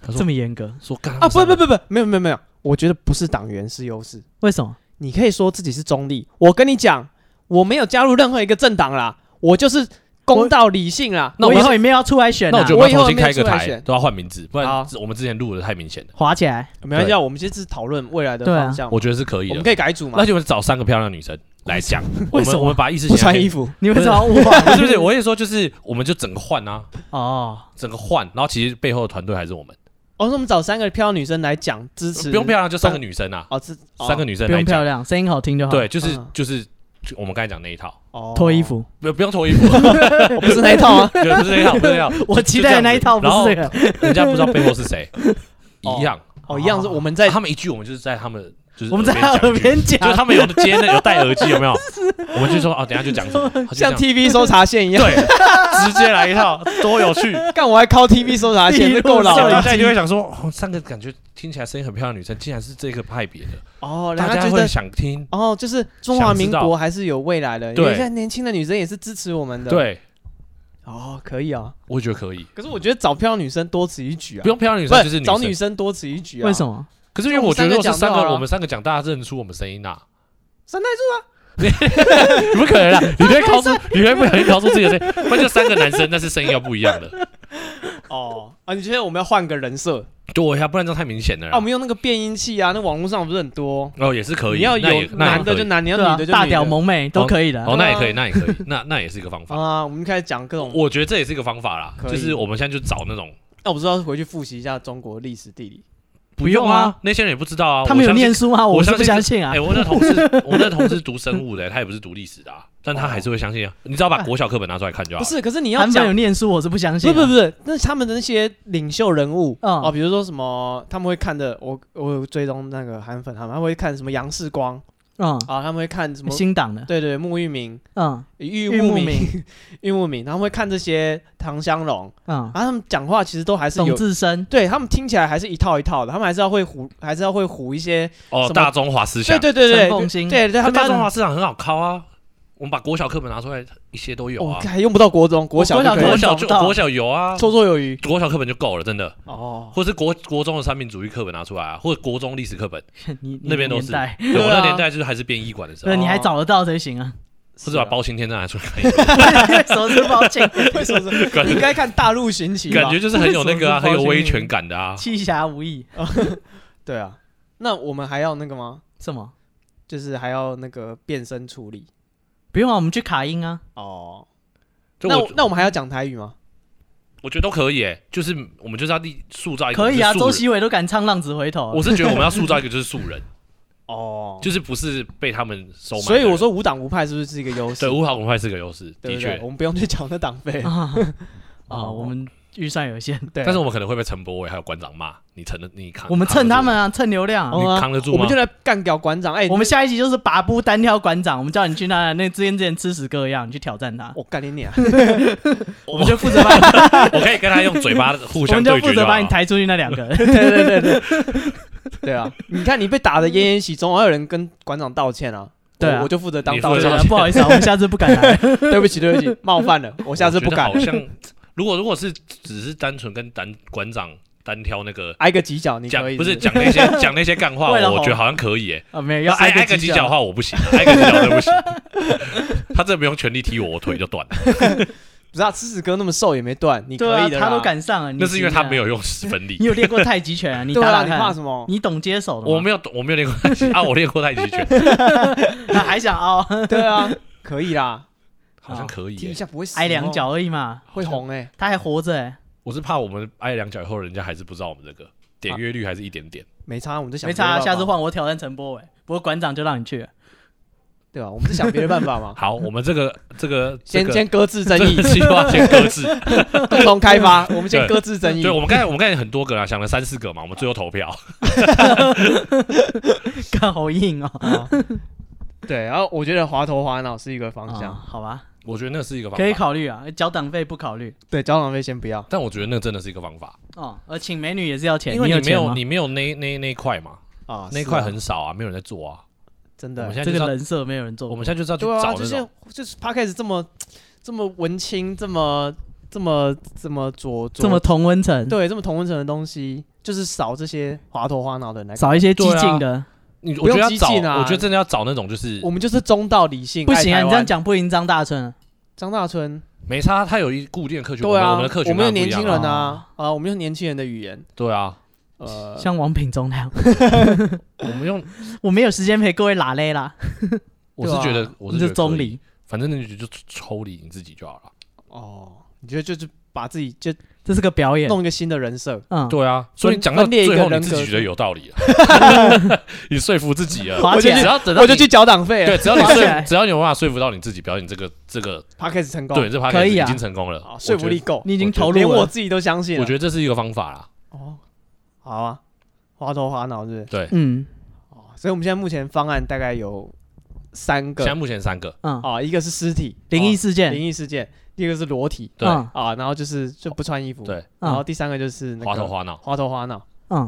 C: 他
B: 这
C: 说
B: 么严格，
C: 说干
A: 啊，不不，不不，没有没有没有，我觉得不是党员是优势，
B: 为什么？
A: 你可以说自己是中立。我跟你讲，我没有加入任何一个政党啦，我就是公道理性啦。
B: 那我
A: 我
B: 以后也没有要出来选
C: 那我
B: 啊
C: 觉，得我
A: 我
C: 们
A: 以
C: 要
A: 后
C: 重新开一个
A: 没有出来
C: 台，
A: 选
C: 都要换名字，不然
A: 好
C: 我们之前录的太明显了。
B: 滑起来，
A: 没关系啊，我们这次讨论未来的
B: 对啊
A: 方向嘛，
C: 我觉得是可以
A: 我们
C: 的。
A: 可以改组嘛
C: 那，就我们找三个漂亮的女生来
A: [laughs]
C: 讲，我
B: 为什
C: 们
B: 么
C: 我们把意识
A: 不
C: 形态
A: 穿
C: 变
A: 衣服， [laughs]
B: 你为什么要物 [laughs] 化？
C: 不是不是，我也说就是我们就整个换啊，
B: 哦，
C: 整个换，然后其实背后的团队还是我们，
A: 哦，那我们找三个漂亮女生来讲支持，
C: 不用漂亮就三个女生啊，
A: 哦，是哦
C: 三个女生
B: 不
C: 来
B: 用漂
C: 讲，
B: 亮，声音好听就好。
C: 对，，就是
A: 嗯
C: 就是就我们刚才讲那一套，
A: 哦
B: 脱衣，服，
C: 不不用脱衣服，，
A: 我不是那一套啊
C: 对，不是那一套，不是那一套，
B: 我期待的那一套不
C: 然后
B: 是这个。
C: 人家不知道背后是谁，
A: 哦
C: 一样。
A: 哦，一样是我们在
C: 他们一句，我们就是在他们就是
B: 我们在
C: 耳
B: 耳
C: 边
B: 边
C: 讲一句，
B: 讲，
C: 就是他们有的接那有戴耳机有没有？我们就说哦，等一下就讲什么，他就这
A: 像
C: 样
A: TV 搜查线一样，
C: 对，直接来一套，多有趣。
A: [laughs] 干我还靠 TV 搜查线，这够
B: 老
A: 老
B: 了
C: 大
A: 了
B: 摄
C: 家就会想说，哦，三个感觉听起来声音很漂亮的女生，竟然是这个派别的，
A: 哦，然后
C: 大家
A: 觉
C: 会
A: 得
C: 想听。
A: 哦，就是中华民
C: 想知
A: 国还是有未来的，因
C: 对
A: 为现在年轻的女生也是支持我们的。，
C: 对，
A: 哦，可以啊。
C: 我觉得可以，
A: 可是我觉得找漂亮女生多此一举啊，
C: 不用漂亮女
A: 不
C: 生就是
A: 是找
C: 女
A: 女
C: 生。
A: 生多此一举啊？
B: 为什？么？
C: 可是因为我觉得，如果是三
A: 我们三个讲就好了
C: 个我们三个讲，大家认出我们声音呐。
A: 三
C: 代柱啊！ [laughs] 你不可能
A: [laughs]
C: 啦，你会高出，你会不小心高出自己的声音，那就三个男生，但是声音要不一样的。
A: 哦啊，你觉得我们要换个人设
C: 对呀，不然这样太明显了啦。
A: 啊？我们用那个变音器啊，那网络上不是很多？
C: 哦，也是可以，
A: 你要
C: 那也
A: 有男的就。啊男，你要
B: 对啊
A: 女的，就女
B: 大
A: 的
B: 屌萌妹都可以
C: 那也
B: 的
C: 可以。哦，那也可以，那也可以，那那也是一个方
A: [laughs]
C: 法。
A: 啊！我们开始讲各种，
C: 我觉得这也是一个方法啦，
A: 可以
C: 就是我们现在就找那种
A: 那我不知道回去复习一下中国历史地理。
B: 不用啊，
C: 那些人也不知道啊。
B: 他们有
C: 我相信
B: 念，书吗？
C: 我
B: 是不相
C: 相
B: 信啊
C: 哎，。我那
A: [laughs]
C: 同事，我那同事读生物的，他也不是读历史的啊，但他还是会相信啊。你只要把国小课本拿出来看就
A: 哦
C: 好
A: 不
C: 了。
A: 是，可是你要
B: 韩粉有
A: 讲，
B: 念书，我是不相
A: 不
B: 信啊。
A: 是不是不是，那是他们的那些领袖人物
B: 嗯
A: 哦，比如说什么，他们会看的，我我有追踪那个韩粉，他们他们会看什么杨世光。
B: 嗯，
A: 啊，他们会看什么？
B: 新党的，
A: 对对，沐浴
B: [laughs]
A: 明、
B: 嗯
A: 玉
B: 玉
A: 木
B: 木
A: 明、 [laughs] 玉木明，他们会看这些唐香龙，
B: 嗯，
A: 然后他们讲话其实都还啊是
B: 董
A: 有，[laughs]
B: 志生，
A: 对他们听起来还是一套一套的，他们还是要会唬，还是要会唬一些，
C: 哦
A: 什，么
C: 大中华思
A: 对
C: 想，
A: 对对对，
B: 陈
A: 对
B: 凤新
A: 对对，他们
C: 可大中
A: 要
C: 华思想很好考啊。我们把国小课本拿出来，一些都有
A: 哦，
C: 啊。
A: 还用不到国中、国小
B: 国
A: 就
B: 小
A: 可
B: 可
A: 以
C: 国
B: 能
A: 了，
C: 小
B: 找
C: 就
B: 不到
C: 国小有啊，
A: 绰绰有余
C: 国小课本就够了，真的。
A: 哦。
C: 或是国国中的三民主义课本拿出来啊，或者国中历史课本，
B: 你你
C: 那边都
B: 年
C: 是。哦
B: 代
C: 对
A: 啊
C: 我那年代就是还是编医馆的时候
B: 对，，你还找得到才行啊！ [laughs]
C: 或者把包青天再拿出来看一
B: 为什么是包青？
A: [laughs] 为什么
C: 看，感
A: [laughs] 是？应该看大陆寻奇吧？
C: 感觉就是很有那个啊，
B: 为什么是包
C: 很有威
B: 青天
C: 权感的啊。
B: 七侠无义，
A: 对啊，那我们还要那个吗？
B: 什么？
A: 就是还要那个变身处理
B: 不用啊，我们去卡音啊，
A: 哦。
C: 就
A: 那
C: 我
A: 我那我们还要讲台语吗？
C: 我觉得都可以、诶，就是我们就是要立塑造一个
B: 可以啊，
C: 就是素
B: 周
C: 人
B: 习伟都敢唱《浪子回头》
C: 我
B: 啊，
C: 是觉得我们要塑造一个就是素人，
A: 哦，
C: 就是不是被他们收买的
A: 所
C: 人。
A: 以我说无党无派是不是是一个优势？
C: 对五好五坏是个优势，
A: 对
C: 的
A: 不
C: 确
A: 对，我们不用去抢那党费。
B: [laughs]
A: [laughs]
B: 啊啊，
A: 哦
B: 我们预算有限，
A: 对，
C: 但是我们可能会被陈柏伟还有馆长骂，你承认你扛，
B: 我们蹭他们啊，蹭流量啊。
A: 哦啊
C: 扛得住
A: 我
C: 吗
A: 们就来干掉馆长。哎，
B: 我
A: 你
B: 们下一集就是拔布单挑馆长，我们叫你去那那之前之前吃屎哥一样，你去挑战他，
A: 我干你娘！ [laughs]
B: 我们就负责把你，
C: 扛得住，我可以跟他用嘴巴互
B: [laughs] 我
C: 相
B: 们就
C: 对决
B: 负
C: 啊就
B: 责
C: 好
B: 把你
C: 了。
B: 抬出去那两个人。
A: 对对对对，对啊，你看你被打的奄奄一息，总要有人跟馆长道歉啊。
B: 对啊
A: 我我就负责当
C: 你负
A: 道
C: 责
A: 歉
B: 对啊
A: 的，
B: 不好意思啊，我们下次不敢
A: [laughs]
B: 来。
A: 对不起对不起，冒犯了，我
C: 我
A: 下次
C: 觉
A: 不
C: 得
A: 敢
C: 好。像如果如果是只是单纯跟单馆长单挑那个
A: 挨个几脚，你
C: 讲
A: 可以
C: 不是讲那些
B: [laughs]
C: 讲那些干话，
B: 为了
C: 我
B: 吼
C: 觉得好像可以诶。
B: 啊，没有，
C: 要
B: 要
C: 挨
B: 挨
C: 挨个
B: 几
C: 几脚的，话我不行， [laughs] 挨个几脚真的不行。他真的不用全力踢我，我腿就断
B: [laughs]
C: 了。
A: 不是啊，狮子哥那么瘦也没断，你可
B: 对啊，
A: 以的啦。
B: 他都敢上啊。你
C: 那是因为他没
B: 行啊，
C: 有用分力
B: 你。有练过太极拳啊？你
A: 对
B: 打
A: 啊，
B: 打
A: 你怕
B: 看，
A: 什么？
B: 你懂接手的吗？
C: 我没有，我没有练过太极 [laughs] 啊，我练过太极拳，
B: 那还想哦凹，
A: 对啊，可以
C: [laughs]
A: 啦，
C: 好像可以
A: 踢一
C: 耶。
A: 下不会死哦，
B: 挨两脚而已嘛，
A: 会红哎。
B: 他还活着哎，
C: 我是怕我们挨两脚以后，人家还是不知道我们这个点阅率还是一点点。。
A: 没差，我们就想
B: 没
A: 别
B: 差，
A: 的
B: 啊
A: 办
B: 下次
A: 法
B: 换我挑战陈波伟，不过馆长就让你去了。
A: 对吧？啊我们就想别的办法嘛
C: 好，我们这个这个
A: 先先搁置争
C: 这
A: 议 [laughs]
C: 个，计划先搁置。
A: 共同开发，我们先
C: 对
A: 搁置争议
C: 对，。我们刚才我们刚才很多个啦，想了三四个嘛，我们最后投票。
B: [laughs] 干好硬哦。
A: 啊 [laughs] 对，然后我觉得滑头滑脑是一个方
B: 哦
A: 向。
B: 好吧，
C: 我觉得那是一个方
B: 可以
C: 法，
B: 考虑啊，缴党费不考虑
A: 对，交通费先不要。
C: 但我觉得那真的是一个方法，
B: 哦。呃，请美女也是要钱，
C: 因为
B: 你
C: 你没
B: 钱
C: 有
B: 吗？
C: 你没有那那那一块嘛，
A: 啊，
C: 那一
A: 是
C: 块
A: 啊
C: 很少啊，没有人在做啊。
A: 真
C: 我
A: 的
C: 们，现在
B: 这
C: 就是
B: 个
C: 要，
B: 人设没有人做过，
C: 我们现在就是要去
A: 对啊，
C: 找
A: 就
C: 那
A: 是
C: 种，
A: 就是 p o d c a s 这么这么文青，这么这么这么左左
B: 这么同温层，
A: 对这么同温层的东西，就是少这些滑头滑脑的人来看。
B: 少一些激
C: 对啊
B: 进的，
C: 你
A: 不
C: 我
A: 用
C: 觉得要
A: 激
C: 找，
A: 进啊
C: 我觉得真的要找那种就是
A: 我们就是中道理性，
B: 不
A: 爱
B: 行啊，
A: 台
B: 你
A: 湾
B: 这样，讲不赢张大春啊。
A: 张大春，
C: 没差，他有一固定的客群，我
A: 对
C: 们
A: 啊，
C: 我们的客群
A: 我们有
C: 当然
A: 年
C: 不一
A: 轻
C: 样
A: 人
C: 啊
A: 啊，啊，我们用年轻人的语言，
C: 对啊，
A: 呃，
B: 像王品忠那样， [laughs]
C: 我们用
A: 啊
B: 我没有时间陪各位拉嘞啦，
C: 我是觉得我是觉
B: 就
C: 得
B: 中
C: 可以，
B: 理，
C: 反正你就抽离你自己就好了。
A: 哦，你觉得就是把自己就
B: 这是个表演。
A: 弄一个新的人设，
B: 嗯，
C: 对啊，所以你讲到
A: 分裂一个
C: 最后，你
A: 人
C: 自己
A: 格
C: 觉得有道理了， [laughs] 你说服自己啊了。
B: 划
A: 我就
B: 起来
A: 去
C: 只要等到
A: 我就
C: 你
A: 去缴党费了
C: 对，只要你
B: 划起来
C: 说，只要你有办法说服到你自己，表演这个这个，
A: p o d c a s 成功，
C: 对，这 p o
B: 可以啊
C: 已经成功了
A: 哦啊，，说服力够，
B: 你已经
C: 我觉
B: 投入
A: 连我
B: 了，
A: 自己都相信
C: 我觉
A: 了。
C: 得。我觉得这是一个方法啦，
A: 哦，好啊，滑头滑脑是不是？
C: 对。
B: 嗯
A: 哦，所以我们现在目前方案大概有三
C: 现在
A: 个
C: 目前三个，
B: 嗯，
A: 啊，一个是尸体
B: 灵异
A: 哦
B: 事件，
A: 灵异事件，第二个是裸体
C: 对，
B: 嗯
A: 啊，然后就是就不穿衣服，
C: 对，
A: 然后
B: 嗯
A: 第三个就是那
C: 滑头
A: 个
C: 滑脑哦
A: 滑头滑脑。
B: 嗯，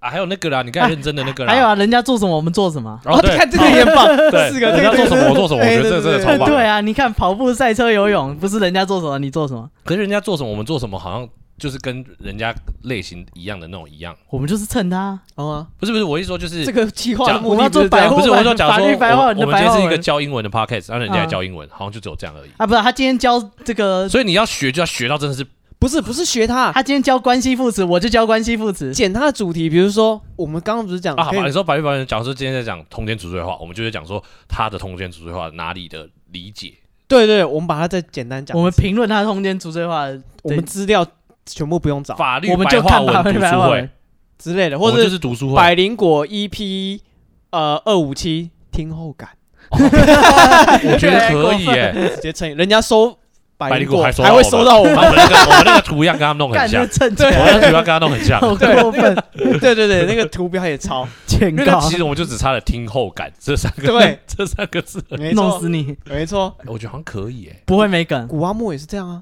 C: 啊，还有那个啦，你刚才认真的那个啦，
B: 还有啊，人家做什么我们做什么。
C: 然后
A: 哦你
C: 对哦
A: 看这个也很棒，
C: 对，
A: 四个
C: 人
A: 这
C: 家
A: 个
C: 做什么我做什么，我
A: 哎
C: 觉得这
A: 对对
C: 真的
A: 对
C: 超棒。
B: 对，啊，你看跑步、赛车、游泳，不是人家做什么你做什么，
C: 可是人家做什么我们做什么，好像就是跟人家类型一样的那种一样，
B: 我们就是蹭他啊。
A: 好吗？
C: 不是不是，我一说就是
A: 哦这个计划的
C: 讲
A: 目
B: 我们
A: 的
B: 要做
A: 就是这
B: 百
A: 样
B: 货
C: 不是，我就讲
B: 法
C: 说，
B: 律白话
C: 我
B: 文的
C: 我们今
B: 白
C: 天
B: 话
C: 是一个
B: 文
C: 教英文的 podcast，让人啊家
B: 嗯
C: 来教英文，好像就只有这样而已。
B: 啊，不是他今天教这个，
C: 所以你要学就要学到真的是
A: 不是不是学他
B: 他今天教关系副词，我就教关系副词。
A: 剪他的主题，比如说我们刚刚不是讲
C: 啊，
A: 嗯
C: 好
A: 可以
C: 吧？你说法律白话文，假如说今天在讲通奸除罪化，我们就是讲说他的通奸除罪化哪里的理解，
A: 对对，我们把它再简单讲一次，
B: 我们评论他通奸除罪化的，
A: 我们资料全部不用找
C: 法律
B: 我们
C: 白
B: 就
C: 话
B: 看法
C: 文
B: 律
C: 读
B: 白
C: 书
B: 话
C: 会
B: 文，。
A: 之类的，
C: 我
A: 或
C: 们
A: 者
C: 就是是读书会，
A: 百灵果 EP 呃二五七听后感，
C: 我觉得可以耶、
A: 直接乘以人家收百
C: 百
A: 灵
C: 灵
A: 果
C: 果还收到
A: 会
C: 我
A: 收
C: 们
A: 到我
C: 我
A: 们，
C: 们那个我们那个图样跟他们弄
B: 干
C: 很
B: 就
C: 像，
B: 蹭
C: 我
B: 起来，
C: 们那个图样跟他弄很
B: [laughs]
C: 像，
B: 好过分，
A: [laughs] 对对对，那个图标也
C: [laughs]
A: 抄，
B: 警
C: 因为
B: 告
C: 那，其实我们就只差了听后感这三个，
A: 对
C: [laughs] 这三个字，哎
A: 没
B: 弄
A: 错
B: 死
C: [laughs]
B: 你，
A: 没错，
C: 我觉得好像可以耶、
B: 不会没梗，
A: 古阿莫也是这样啊，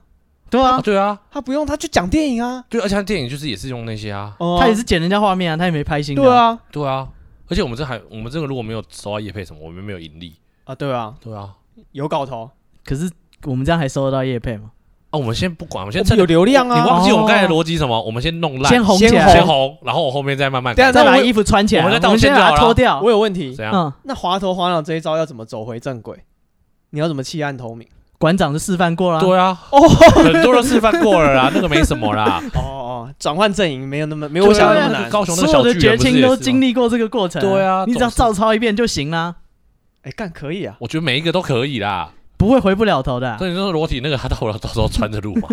B: 对啊
C: 啊，，对啊，
A: 他不用他去讲电影啊，
C: 对，而且他电影就是也是用那些啊，
A: 哦啊
B: 他也是剪人家画面啊，他也没拍新的，
A: 对，啊
C: 对啊，而且我们这还我们这个如果没有收到业配什么，我们没有盈利，
A: 啊对啊，
C: 对啊，
A: 有搞头，
B: 可是我们这样还收得到叶配吗？
C: 啊，我们先不管，我
A: 我
C: 们先
A: 们
C: 趁
A: 有流量
C: 你
A: 啊，
C: 忘记我们刚才的逻辑是什么？我们先弄烂，
B: 先红起
A: 先
B: 来，
C: 先红，然后我后面再慢慢
A: 等一下。
C: 改
B: 再
A: 那
B: 把
A: 我
B: 衣服穿起来，
C: 我们再道
B: 先
C: 歉
B: 把
C: 就好
B: 它
C: 了啊
B: 脱掉
A: 我。有问题
C: 怎，样？
B: 嗯，
A: 那滑头滑脑这一招要怎么走回正轨？你要怎么弃暗投明？
B: 馆长就示范过了啊，
C: 对啊，很多人示范过了
B: [laughs]
C: 啦，那个没什么啦。
A: 哦哦，转换阵营没有那么没有我
C: 对啊
A: 想的那么
C: 个
A: 难。
C: 高雄那个
B: 所有
C: 小
B: 的
C: 巨
B: 绝
C: 人不是
B: 情
C: 也
B: 都
C: 是
B: 经
C: 吗？
B: 历过这个过程，
C: 对啊
B: 你只要
C: 总
B: 照抄一遍就行啦。
A: 哎，干可以啊，
C: 我觉得每一个都可以啦。
B: 不会回不了头的啊、
C: 所以你说裸体那个，他到了到时候穿着
B: [laughs]
C: 录嘛？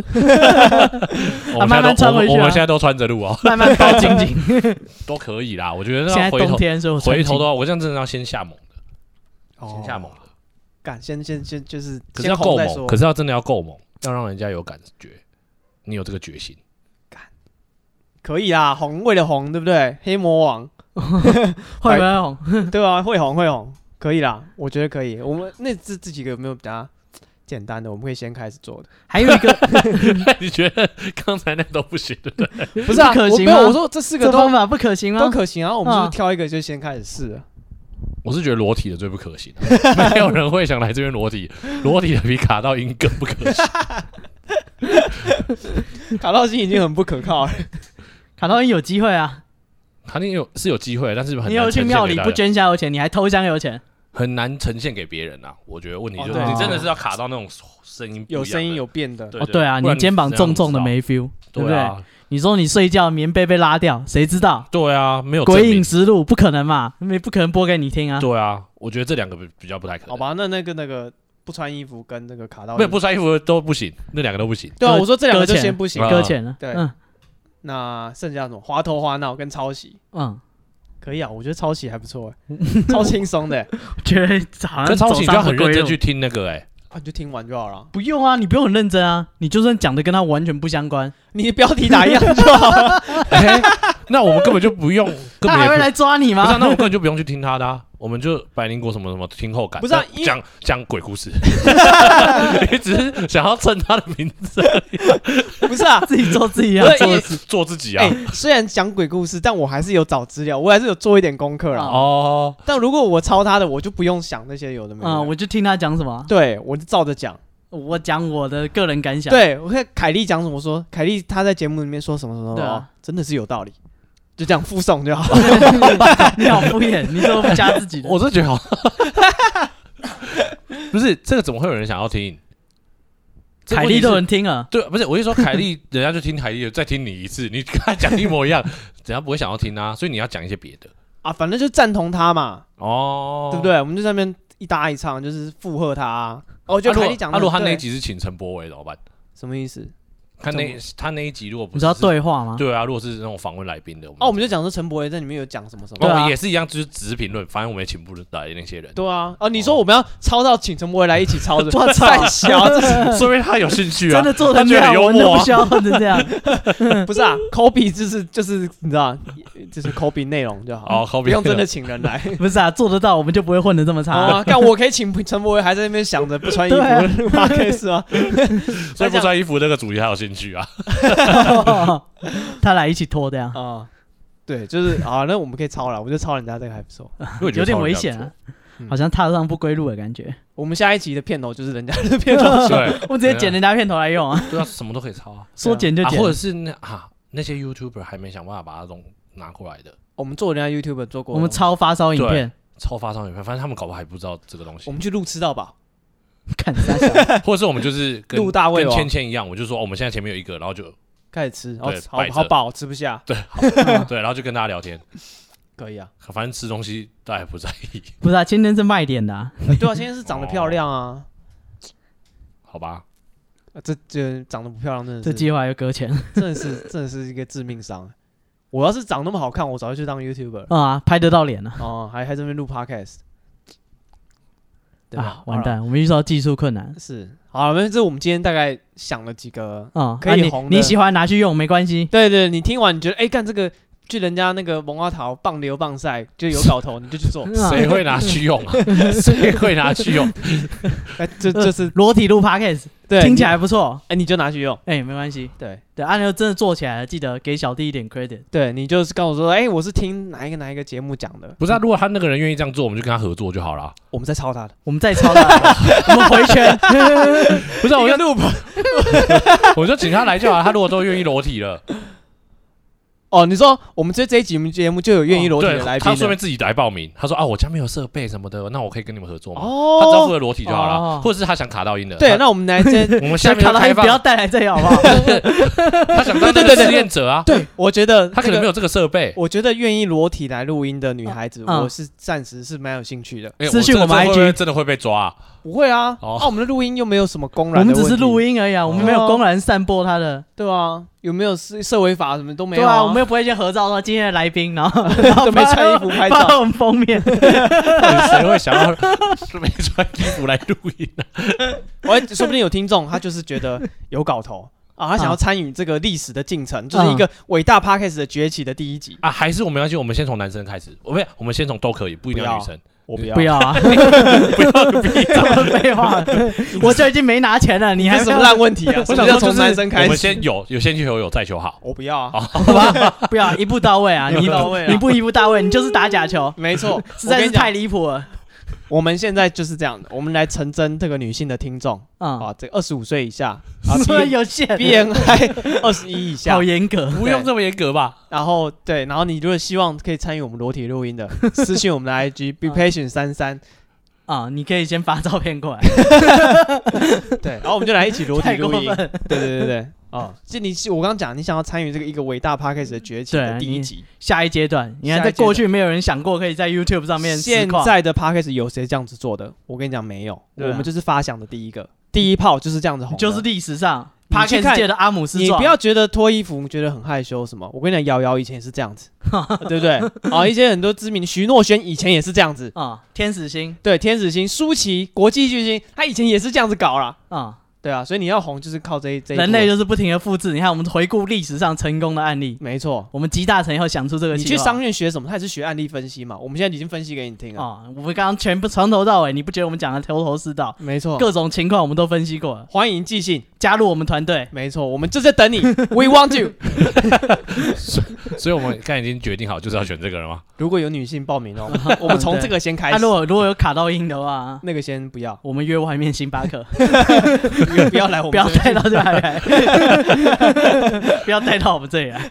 C: 我
B: 啊慢
C: 们现在
B: 慢
C: 都
B: 穿
C: 我
B: 回
C: 们
B: 去啊
C: 我们现在都穿着录啊，
B: 慢慢包紧紧。
C: 都可以啦。我觉得
B: 现在
C: 要回
B: 冬
C: 头
B: 天，所以我穿
C: 回头
B: 紧
C: 的话，我这样真的要先下猛的，先下猛
A: 哦
C: 的。
A: 干，先先先就是
C: 可是
A: 先
C: 要
A: 红
C: 够
A: 再
C: 猛，
A: 说。
C: 可是要真的要够猛，要让人家有感觉，你有这个决心。 [laughs]
A: 可以啦，红为了红，对不对？黑魔王，
B: 会不
C: 哎
B: 会红？ [laughs]
A: 对啊，会红会红，可以啦，我觉得可以。我们那这这几个有没有比较简单的？我们可以先开始做的。
B: 还有一个
C: 你觉得刚才那都不行，对 [laughs] 不对？
A: 不是啊，
B: 不可
A: 我
B: 行
A: 没有，
B: 吗
A: 我说这四个
B: 这
A: 都
B: 方法不可行
A: 都
B: 吗？
A: 可行啊。我们是不
B: 啊
A: 是挑一个就先开始试了？
C: 我是觉得裸体的最不可行、 [laughs] 没有人会想来这边
B: [laughs]
C: 裸体，裸体的比卡到音更不可行。
A: 卡道星已经很不可靠了。
B: 卡通音有机会啊！
C: 他那有是有机会，但是很
B: 你
C: 难
B: 有
C: 呈
B: 去
C: 现
B: 庙
C: 给
B: 里
C: 大
B: 不
C: 家
B: 捐香油钱，你还偷香油钱，
C: 很难呈现给别人啊。我觉得问题就是、
A: 哦对
C: 你真的是要卡到那种声音不一样的
A: 有声音有变的，
C: 对
B: 哦，对啊，
C: 不
B: 你
C: 然
B: 肩膀
C: 怎样
B: 重重的
C: 知道
B: 没 feel，对不
C: 对啊
B: 你说你睡觉棉被被拉掉，谁知道？
C: 对啊，没有证
B: 鬼
C: 明
B: 影实录不可能嘛，没不可能播给你听啊。
C: 对啊，我觉得这两个比比较不太可能。
A: 好，吧？那那个那个不穿衣服跟那个卡到
C: 没有不穿衣服都不行，那两个都不行。
A: 对啊，
B: 搁
A: 我说这两个就
B: 搁浅
A: 先不行
C: 啊。
B: 搁浅了，
A: 对
B: 嗯
A: 那剩下什么花头花闹跟抄袭？
B: 嗯， [laughs]
A: 可以啊，我觉得抄袭还不错欸，
C: [laughs]
A: 超轻松的欸
B: 我觉得好
C: 可
B: 像
C: 是超
B: 走
C: 醒就
B: 上
C: 要
B: 不
C: 很认
B: 归
C: 真
B: 路
C: 去听那个哎、
A: 啊，你就听完就好了。
B: 不用啊，你不用很认真啊，你就算讲的跟他完全不相关，
A: 你的标题打一样就好
C: [laughs]
A: 了。
C: 哎那我们根本就不用，
B: 他
C: 根本
B: 还
C: 也
B: 会
C: 不
B: 来抓你
C: 不是、啊，
B: 吗？
C: 那我根本就不用去听他的、啊，我们就百灵果什么什么听后感，
A: 不是啊
C: 但
A: 因为
C: 讲讲鬼故事， [laughs] 你只是想要蹭他的名 [laughs] 字，
A: 不是啊，
B: [laughs] 自己做自己要
A: 不是
B: 做
A: 因
B: 的
A: 为
B: 事。
C: 做自己啊
A: 哎、。虽然讲鬼故事，但我还是有找资料，我还是有做一点功课啦。
B: 啊
C: 哦，
A: 但如果我抄他的，我就不用想那些有的没的。
B: 嗯，我就听他讲什么啊，
A: 对我就照着讲。
B: 我讲我的个人感想。 [laughs]
A: 对，我看凯莉讲什么说，凯莉她在节目里面说什么什么什
B: 对
A: 么，
B: 啊
A: 真的是有道理，就这样附送就好。
C: [laughs]
B: 你好敷衍，你怎么不加自己的？
C: 我真的觉得好， [laughs] 不是这个怎么会有人想要听？这
B: 凯
C: 问题
B: 莉
C: 是
B: 都能听啊，
C: 对，不是，我就说凯莉， [laughs] 人家就听凯莉的，再听你一次，你跟他讲一模一样， [laughs] 人家不会想要听啊，所以你要讲一些别的
A: 啊，反正就赞同他嘛，
C: 哦，
A: 对不？对？我们就在那边一搭一唱，就是附和他、啊。哦，我觉得凯莉讲的
C: 阿
A: 很
C: 罗他那
A: 对
C: 一集是请陈柏伟怎么办？
A: 什么意思？
C: 他那
A: 怎
C: 他那一集如果不
B: 你
C: 是
B: 知道对话吗？
C: 对啊，如果是那种访问来宾的，
A: 哦，我们就讲说陈柏惟在里面有讲什么什
C: 我
A: 么。
B: 对啊
C: 们也是一样，就是只是评论，反正我们也请不来那些人，
A: 对啊，哦，你说我们要抄到请陈柏惟来一起抄的，
B: 我操
A: 太 [laughs] 小，这是
C: [laughs] 说明他有兴趣啊
B: 真。的做的
C: 他觉得很幽
B: 我们都
C: 默啊
B: 不需要混成这
C: [laughs]
B: 样。
A: 不是啊？Kobe 就是就是你知道，就是 Kobe 内容就好，
C: 哦，Kobe
A: 不用真的请人来。
B: 不是啊，做得到我们就不会混得这么差啊。
A: 啊，但我可以请陈柏惟还在那边想着不穿衣服
B: 对啊
A: 录 podcast 吗？
C: [laughs] 所以不
A: [laughs]
C: 穿衣服这个主题他有兴趣啊。
B: [laughs] 他来一起拖的呀，
A: 啊，对，就是啊，那我们可以抄了，我就抄人家这个还不错。
C: 我觉
B: 有
C: 得
B: 点
C: 超
B: 危
C: 人家
B: 险
C: 不
B: 啊
A: 嗯，
B: 好像踏上不归路的感觉。
A: 我们下一集的片头就是人家的片头，
B: 啊
C: 错对啊
B: [laughs] 我直接剪人家片头来用啊，
C: 对啊，什么都可以抄啊，
B: 说剪就
C: 啊
B: 剪
C: 或。者是那啊那些 YouTuber 还没想办法把它弄拿过来的
A: 我们做人家 YouTube 做过，
B: 我们超发烧影片，
C: 超发烧影片，反正他们搞不好还不知道这个东
A: 我
C: 西，
A: 们去录吃到饱，
B: 看三小，
C: 或者是我们就是跟
A: 陆大胃
C: 跟
A: 王
C: 芊芊一样，我就说哦我们现在前面有一个，然后就
A: 开始吃，哦
C: 对，
A: 好
C: 摆着
A: 好饱，吃不下，
C: 对，然后就跟大家聊天，
A: 可
C: [laughs]
A: 以啊。
C: 反正吃东西大家也不在意，
B: [laughs] 不是啊，今天是卖点
C: [laughs]
B: 的啊，
A: 呃对啊，现在是长得漂亮啊，
C: 好吧？
A: 啊这这长得不漂亮真的
B: 这
A: 是，
B: 计划又搁
C: [laughs]
B: 浅
A: 真的是真的是一个致命伤。我要是长那么好看，我早就去当
B: [laughs]
A: YouTuber
B: 啊，拍得到脸了
A: 哦，还还这边录 podcast，对吧
B: 啊，？完蛋，我们遇到技术困难
A: 是，好，那这我们今天大概想了几个，
B: 啊，
A: 可以
B: 啊你
A: 红的
B: 你喜欢拿去用没关系，
A: 对对，你听完你觉得，哎，干这个去人家那个蒙花桃棒流棒赛就有搞头，你就去
B: [laughs]
A: 做，
B: 嗯啊
C: 谁会拿去用啊？ [laughs] 谁会拿去用？
A: 哎，这这
B: [laughs]
A: 是
B: 裸体录 podcast
A: 对，
B: 听起
A: 你，
B: 来不错，
A: 哎，你就拿去用，
B: 哎，没关系，
A: 对
B: 对，按、啊、照真的做起来了，记得给小弟一点 credit，
A: 对，你就是告诉我说，哎，我是听哪一个哪一个节目讲的，
C: 不是啊，如果他那个人愿意这样做，我们就跟他合作就好了。
A: 我们在抄他的，
B: 我们再抄他，我们回圈，
C: 不是啊，我就
A: 录吧。
C: 我就请他来就好了。他如果都愿意裸体了，
A: 哦，你说我们这这一集节目就有愿意裸体
C: 哦对
A: 的，来宾
C: 他顺
A: 了
C: 便自己来报名。他说啊，我家没有设备什么的，那我可以跟你们合作吗？他只要
A: 哦，
C: 负责裸体就好了，
B: 哦
C: 或者是他想卡到音的。
A: 对，
C: 他
A: [laughs] 那我们来这，
C: [laughs] 我们下
B: 小
C: 面
B: [laughs] 卡
C: 要
B: 拉
C: 开
B: 不要
C: 放，
B: 带来这里好
A: [laughs]
B: 不好？
C: [laughs] 他想当
A: 对
C: 那个
A: 对对对
C: 试验者啊，
A: 对，我觉得
C: 他
A: 这
C: 可能
A: 个
C: 没有这个设备。
A: 我觉得愿意裸体来录音的女孩子，
B: 嗯
A: 我是暂时是蛮有兴趣的。
C: 哎
B: 私讯
C: 真的
B: 我们
C: 会不会
B: IG
C: 真的会被抓啊，
A: 不会啊，
C: 哦
A: 啊，我们的录音又没有什么公然，
B: 我们只是录
A: 音，
B: 音而已啊，我们没有公然散播他的，
A: 对啊，有没有社社违法什么都没
B: 对
A: 有
B: 啊，我们
A: 有，
B: 又不会先合照说今天的来宾，
A: [laughs]
B: 然后然后
A: 都没穿衣服拍
B: 放
A: 照，
B: 到我们封面，
C: 谁会想要没穿衣服来录音呢、
A: 我哎说不定有听众他就是觉得有搞头啊，他想要
B: 啊嗯
A: 参与这个历史的进程，就是一个伟大 podcast 的崛起的第一集。
C: 啊？还是我们要去，我们先从男生开始，我们我们先从都可以，不一定要女生。
A: 我不要，
B: 不要
A: [laughs]
B: 啊，不要废话，我就已经没拿钱了，你
A: 你
B: 还
A: 还什么烂问题
B: [laughs]
A: 啊？什
C: 我
A: 么
C: 想说
A: 叫
C: 就
A: 从
C: 是
A: 男生开
C: 我们
A: 始？
C: 先有有先去有有再求好。
A: 我不要啊，
B: 好吧， [laughs] 不要一步到位啊，你
A: 一步到位啊
B: 你不一步到位，你就是打假球，
A: 没错，
B: [laughs] 实在
A: 我跟
B: 是
A: 你讲
B: 太离谱了，
A: 我们现在就是这样的，我们来成真这个女性的听众
B: [laughs] 嗯，
A: 啊，这二十五岁以
B: [laughs]
A: 下，啊
B: 所以
A: B
B: 有限，
A: B N I 二十一以下
B: [laughs] 好，严格，
C: 不用这么严格吧？
A: 然后对，然后你如果希望可以参与我们裸体录
B: [laughs]
A: 音的，私信我们的 I G be patient 三三，
B: 啊，你可以先发照片 [laughs] 过来， [laughs]
A: 对，然后我们就来一起裸体
B: 太过
A: 录音，
B: 分。
A: 对对对对，哦，这你我刚刚讲，你想要参与这个一个伟大 podcast 的崛起
B: 对啊
A: 的第一
B: 你
A: 集，
B: 下一阶段，你看
A: 下一
B: 在
A: 阶段
B: 过去没有人想过可以在 YouTube 上面
A: 现
B: 实况
A: 在的 podcast 有谁这样子做的？我跟你讲，没有，
B: 对啊
A: 我们就是发想的第一个，第一炮就是这样子红的，
B: 就是历史上
A: 你去
B: Podcast
A: 看
B: 界的阿姆斯
A: 你
B: 壮，
A: 不要觉得脱衣服觉得很害羞什么，我跟你讲，瑶瑶以前也是这
B: [laughs]
A: 样子，对不对？啊，一些很多知名，徐若瑄以前也是这样子，
B: 啊、天使星
A: 对，天使星、舒淇、国际巨星，她以前也是这样子搞啦，
B: 啊、
A: 对啊，所以你要红就是靠这一这一
B: 人类
A: 步
B: 就是不停的复制。你看，我们回顾历史上成功的案例，
A: 没错。
B: 我们集大成以后想出这个啊
A: 你
B: 计划。
A: 去商院学什么？他也是学案例分析嘛。我们现在已经分析给你听了，
B: 啊、我们刚刚全部从头到尾，你不觉得我们讲的头头是道？
A: 没错。
B: 各种情况我们都分析过了，
A: 欢迎寄信，
B: 加入我们团 [laughs] 队。
A: 没错，我们就在
B: [laughs]
A: 等你。We want you。
C: [laughs] 所以我们刚才已经决定好就是要选这个人吗？
A: 如果有女性报
B: [laughs]
A: 名哦，我们从这个先开
B: 啊，
A: 始
B: 如，果如果有卡到音的话，
A: 那个先不要，
B: 我们约外面星巴克，
A: 不要来 [laughs] 我们
B: 不要
A: 这边
B: 带到这里来， [laughs] 不要带到我们这里来，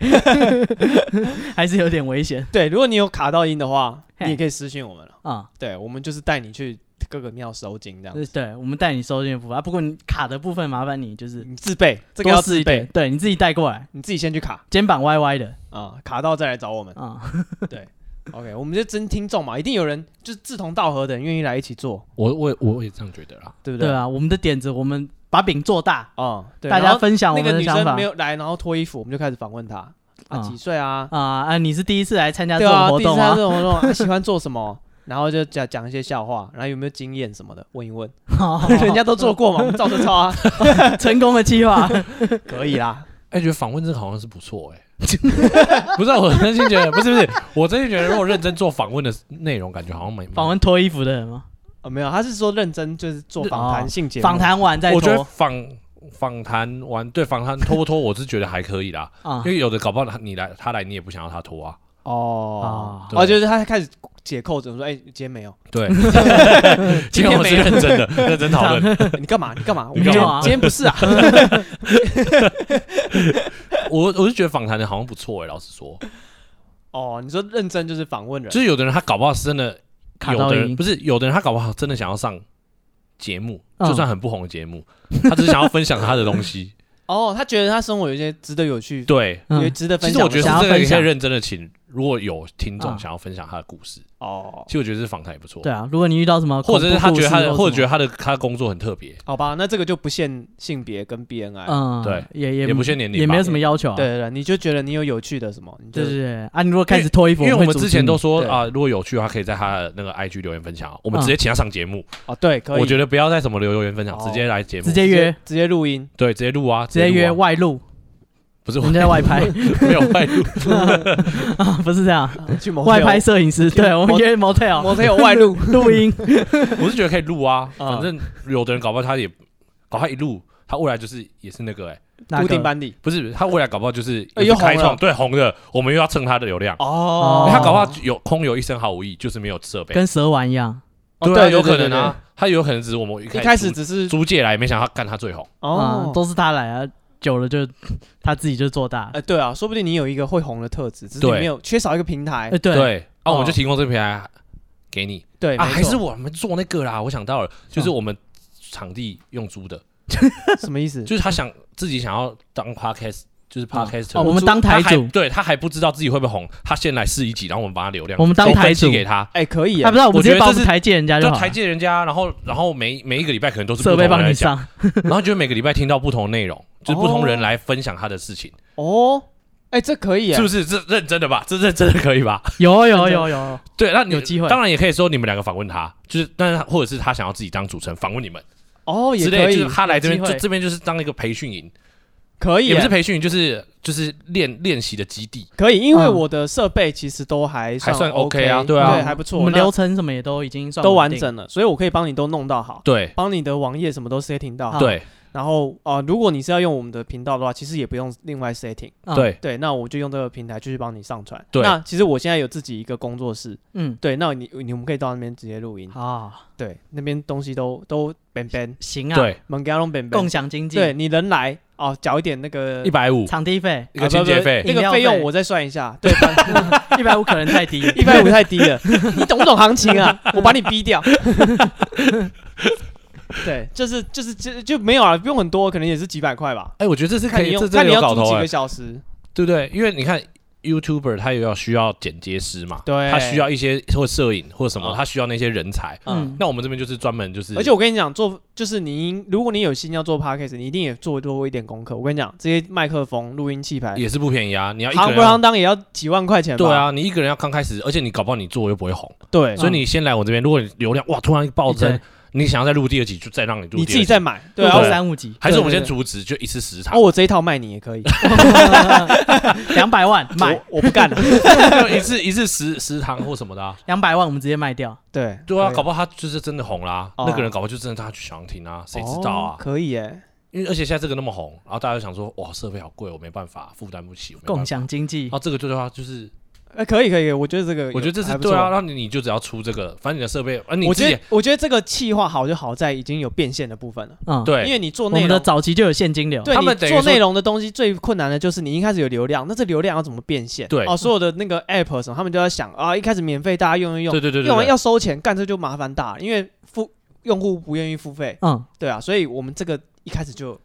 B: [laughs] 还是有点危险
A: 对，如果你有卡到音的话，
B: 嘿
A: 你也可以私信我们了。
B: 啊。
A: 对，我们就是带你去各个庙收金这样。
B: 对对，我们带你收件部分啊，不过你卡的部分麻烦你就是
A: 你自备，嗯这个
B: 多
A: 要
B: 试
A: 自
B: 一点
A: 备，，
B: 对，你自己带过来，
A: 你自己先去卡
B: 肩膀歪歪的
A: 啊，卡到再来找我们。
B: 啊、
A: 对，OK，我们就真听众嘛，一定有人就是志同道合的人愿意来一起做，
C: 我我我也这样觉得啦。
A: 对不
B: 对
A: 对
B: 啊，我们的点子，我们把饼做大，
A: 啊，对，
B: 大
A: 然
B: 家
A: 后
B: 分享我
A: 那
B: 们
A: 个
B: 的
A: 女
B: 想
A: 生
B: 法
A: 没有来，然后脱衣服，我们就开始访问她啊，
B: 嗯
A: 几岁啊？
B: 啊啊！你是第一次来参加这
A: 对
B: 种
A: 啊，
B: 活
A: 第一次
B: 动
A: 参加
B: 啊
A: 这？种活动，她喜欢做什么？然后就讲讲一些笑话，然后有没有经验什么的，问一
B: 哦
A: 问， [laughs]
B: [laughs]
A: 人家都做过嘛，我们照着抄啊， [laughs]
B: 成功的计 [laughs] 划，
A: 可以啦。
C: 哎、觉得访问这个好像是不错哎、 [laughs] 不是啊、我真心觉得不是不是，我真心觉得如果认真做访问的内容，感觉好像没
B: 访。问脱衣服的人吗？
A: 啊，没有，他是说认真就是做访谈性节目，
B: 哦访谈完再
C: 我觉得
B: 脱
C: 访访谈完对访谈脱不脱，我是觉得还可以啦，
B: 啊
C: 因为有的搞不好他你来他来你也不想要他脱啊。
A: 哦
B: 啊，
A: 哦，
C: 对
A: 就是他开始解扣子，我说哎，今天没有， [laughs]
C: 对，
A: 今
C: 今
A: 天
C: 天我
A: 没
C: 是
A: 有
C: 认真的，认真
A: [laughs]
C: 讨论。
A: 你干嘛？你干嘛？我
C: [laughs] 你
A: 们
C: 干
A: 今
B: 嘛
A: 天今天不是
C: [laughs]
A: 啊，
C: 我我是觉得访谈的好像不错哎、老实说，
A: 哦，你说认真就是访问人，
C: 就是有的人他搞不好是真的，
B: 卡
C: 有
B: 到
C: 的人
B: 音
C: 不是有的人他搞不好真的想要上节目，
B: 嗯
C: 就算很不红的节目，他只是想要分享他的东西。
A: 哦，他觉得他生活有一些值得有趣，
C: 对，
A: 有
B: 嗯
A: 值得
C: 其
A: 分
C: 实
A: 享
C: 我
A: 的
C: 觉
A: 事。
C: 得
B: 想要
C: 这个
B: 分
C: 也可以
B: 享
C: 认真的请，如果有听众
B: 啊
C: 想要分享他的故事，
A: 哦
C: 其，实我觉得这访谈也不错。
B: 对，啊，如果你遇到什么恐
C: 或
B: 怖
C: 者
B: 故事，
C: 是他觉得他的，或者觉
B: 得
C: 得他的他的工作很特别，
A: 好吧，那这个就不限性别跟 BNI，
B: 嗯，
C: 对，
B: 也也
C: 也不限年龄吧，
B: 也没有什么要求啊。
A: 对对对，你就觉得你有有趣的什么，你就
B: 对对对啊！你如果开始脱衣服，
C: 因为我
B: 会
C: 们
B: 阻
C: 之
B: 止
C: 前
B: 你
C: 都说
A: 对
C: 啊，如果有趣的话，可以在他的那个 IG 留言分享。我
B: 嗯
C: 们直接请他上节目，
A: 哦对，可以，
C: 我觉得不要在什么留言分享，
A: 哦
C: 直接来节目，
B: 直接约，
A: 直接录音，
C: 对，直接录啊，
B: 直接约
C: 录啊
B: 外露，
C: 不是
B: 我们在外拍，
C: [laughs] 没有外录，
B: 啊不是这样，
C: 嗯
A: 啊去某
B: 外拍摄影师，对我们约 motel
A: 某天有外录，
B: 录音，
C: 我是觉得可以录啊，
A: 嗯
C: 反正有的人搞不好他也搞不好一录，他未来就是也是 [laughs] 那个哎，
B: 哪
A: 固
B: 个
A: 定班底
C: 不是他未来搞不好就是
A: 哎
C: 也
A: 又
C: 是开
A: 红了
C: 创对红的，我们又要蹭他的流量。
A: 哦
C: 因为他搞不好有空有一身好武艺，就是没有设备。
B: 跟蛇丸一样
A: 哦
C: 对啊，
A: 对
C: 有
A: 对
C: 可
A: 对
C: 能啊，他有可能只是我们一
A: 对一开始
C: 租
A: 只是
C: 租借来，没想到他干他最红。
B: 啊
A: 哦，，
B: 都是他来啊，久了就他自己就做大，
A: 哎对啊，说不定你有一个会红的特质，只是你
C: 对
A: 没有缺少一个平台
B: 哎，对，
C: 对，啊，我们
A: 哦
C: 就提供这个平台给你
A: 对，
C: 啊，
A: 没
C: 还
A: 错哦
C: 是我们做那个啦。我想到了，就是我们场地用租的，
A: 什么意思？
C: 就是他想自己想要当 podcast 就是 podcaster，、
B: 嗯哦我们当台
C: 他还
B: 主
C: 对他还不知道自己会不会红，他先来试一集，然后我们把他流量，
B: 我们当台主
C: 分析给他，
A: 哎，可以耶
B: 还不知，道我们
C: 我
B: 直
C: 觉
B: 接
C: 得
B: 把我
C: 这
B: 们
C: 是
B: 台借人家
C: 就
B: 好
C: 台
B: 了，
C: 借人家，然后然后每每一个礼拜可能都是
B: 设备
C: 不
B: 帮你
C: 同人来讲，
B: 上，
C: 然后就每个礼拜听到不同内容，就是不同人来分享他的事情，
A: 哦，哎，这可
B: 哦
A: 以耶，
C: 是不是？这认真的吧？这认真的可以吧？ [laughs]
B: 有有有有，
C: 对，那你
B: 有机会
C: 当然也可以说你们两个访问他，就是但是或者是他想要自己当主持人访问你们
A: 哦，也
C: 之
A: 可
C: 类，就
A: 以
C: 是，他来这边
B: 有机
C: 就
B: 会啊
C: 这边就是当一个培训营，
A: 可以
C: 也
A: 耶
C: 不是，培训营，就是就是练练习的基地。
A: 可以，因为
B: 嗯
A: 我的设备其实都还
C: 还算
A: OK
C: OK 啊对啊
A: 对，还不错，
B: 我们
A: 那
B: 流程什么也都已经算
A: 都完
B: 定，
A: 整了，所以我可以帮你都弄到好，
C: 对
A: 帮你的网页什么都 setting
B: 哦
A: 到好。
C: 对
A: 然后啊、呃如果你是要用我们的频道的话，其实也不用另外 setting。
B: 嗯，
C: 对
A: 对，那我就用这个平台继续帮你上传。
C: 对
A: 那其实我现在有自己一个工作室，
B: 嗯，
A: 对，那你你们可以到那边直接录音。
B: 好，
A: 对，那边东西都都 ben ben，
B: 行啊，，
C: 对，
A: 门给他弄 ben
B: 共
A: ben。
B: 享经济，
A: 对，你人来哦，缴一点那个
C: 一百五
B: 场地费
A: 啊
C: 一个清洁费，
A: 那
B: 饮
A: 个
B: 料
A: 费
B: 费
A: 用我再算一
C: [laughs]
A: 下。对，
B: [laughs] 一百五可能太低，
A: 一百五太低了，你懂不懂行情
C: [laughs]
A: 啊？我把你逼掉。 [laughs] 对，就是就是就就没有啊，不用很多，可能也是几百块吧。
C: 哎，我觉得这是可
A: 看你
C: 以，
A: 用
C: 这
A: 看
C: 这
A: 你
C: 有
A: 要
C: 搞
A: 租
C: 头
A: 几
C: 哎
A: 个，小时。
C: 对不对？因为你看 YouTuber 他也要需要剪接师嘛，
A: 对
C: 他需要一些或摄影或什么，
A: 嗯
C: 他需要那些人才。
B: 嗯，
C: 那我们这边就是专门就是，
A: 而且我跟你讲，做就是你，如果你有心要做 podcast，你一定也做多一点功课。我跟你讲，这些麦克风、录音器材，
C: 也是不便宜啊，你要一个
A: 行
C: 人
A: 不
C: 要
A: 行当也要几万块钱吧？
C: 对，啊，你一个人要刚开始，而且你搞不好你做又不会红，
A: 对，嗯
C: 所以你先来我这边，如果你流量哇突然暴增
B: 对，
C: 你想要再录第二集，就再让你录
A: 你自
C: 第二
A: 己
C: 集，
A: 再买，对
B: 对
A: 啊。
C: 对
A: 我
B: 三五级，
C: 还是我们 [laughs]
A: 对
C: 先
A: 对
C: 阻止，就一次十场 [laughs]
A: 啊，，我这一套卖你也可以，
B: 两百万买，
A: 我我不干
C: [laughs]
A: 了。
C: 就一次一次十十堂或什么的啊。
B: 两百万我们直接卖掉，
A: 对，
C: 对啊，
A: 可以
C: 搞不好他就是真的红啦，
A: 哦
C: 那个人搞不好就真的大家去想要听啊，谁知道
A: 哦
C: 啊？
A: 可以耶，
C: 因为而且现在这个那么红，然后大家就想说，哇，设备好贵，我没办法，负担不起。我没办法
B: 共，享经济
C: 然后，这个就对啊，就是
A: 哎，可以可以，可以我觉得这个有，
C: 我觉得这
A: 还
C: 是
A: 不错
C: 对啊，。那你你就只要出这个，反正你的设备，啊，你
A: 我
C: 自
A: 觉
C: 己
A: 得我觉得这个气化好就好在已经有变现的部分了，
B: 嗯，，
C: 对，
A: 因为你做
B: 我
A: 内
B: 们的
A: 容，
B: 早期就有现金流，
A: 对
C: 他
A: 你
C: 们等于
A: 做
C: 说
A: 内容的东西最困难的就是你一开始有流量，那这流量要怎么变现？
C: 对
A: 哦，所有的那个 app 什么，他们就在想啊，一开始免费大家用一用
C: 对，对对对
A: 用完
C: 对，
A: 要收钱，干这就麻烦大了，因为付用户不愿意付费，
B: 嗯，
A: 对啊，所以我们这个一开始就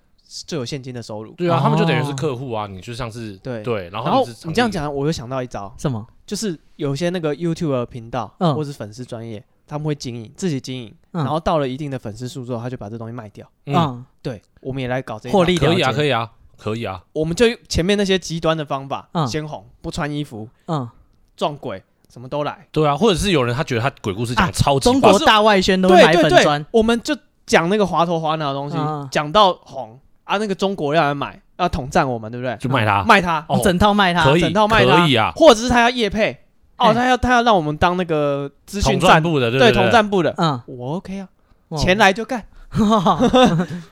A: 就有现金的收入。
C: 对啊，他们就等于是
B: 哦
C: 客户啊，你就像是
A: 对
C: 对，然
A: 然
C: 后他们
A: 后
C: 是场
A: 你这样
C: 地
A: 讲，我又想到一招，
B: 什么？
A: 就是有些那个 YouTube 频道、
B: 嗯
A: 或是粉丝专业，他们会经营自己经营，
B: 嗯
A: 然后到了一定的粉丝数之后，他就把这东西卖掉。
C: 嗯
B: 嗯，
A: 对，我们也来搞这一套，
B: 获利
C: 可以啊，可
B: 以，
C: 以啊，可以啊，
A: 我们就用前面那些极端的方法，
B: 嗯
A: 先红，不穿衣服，
B: 嗯，
A: 撞鬼，什么都来。
C: 对啊，或者是有人他觉得他鬼故事讲
B: 啊
C: 超级
B: 中
C: 棒，
B: 国大外宣都会买
A: 对对
B: 粉
A: 对
B: 砖，，
A: 我们就讲那个滑头滑脑的东西
B: 嗯，
A: 讲、到红啊，那个中国要来买，要统战我们，对不对？
C: 就卖他，
A: 卖它，
C: 哦
B: 整套卖它，
C: 可以
A: 整套卖它
C: 可以啊，
A: 或者是他要业配，哦，
B: 嘿
A: 他要他要让我们当那个资
C: 统
A: 讯
C: 战
A: 站，
C: 部的，对
A: 对
C: 对
A: 统
C: 对，
A: 战部的，
B: 嗯，
A: 我 OK 啊，
B: 哇
A: 钱来就干。 [laughs]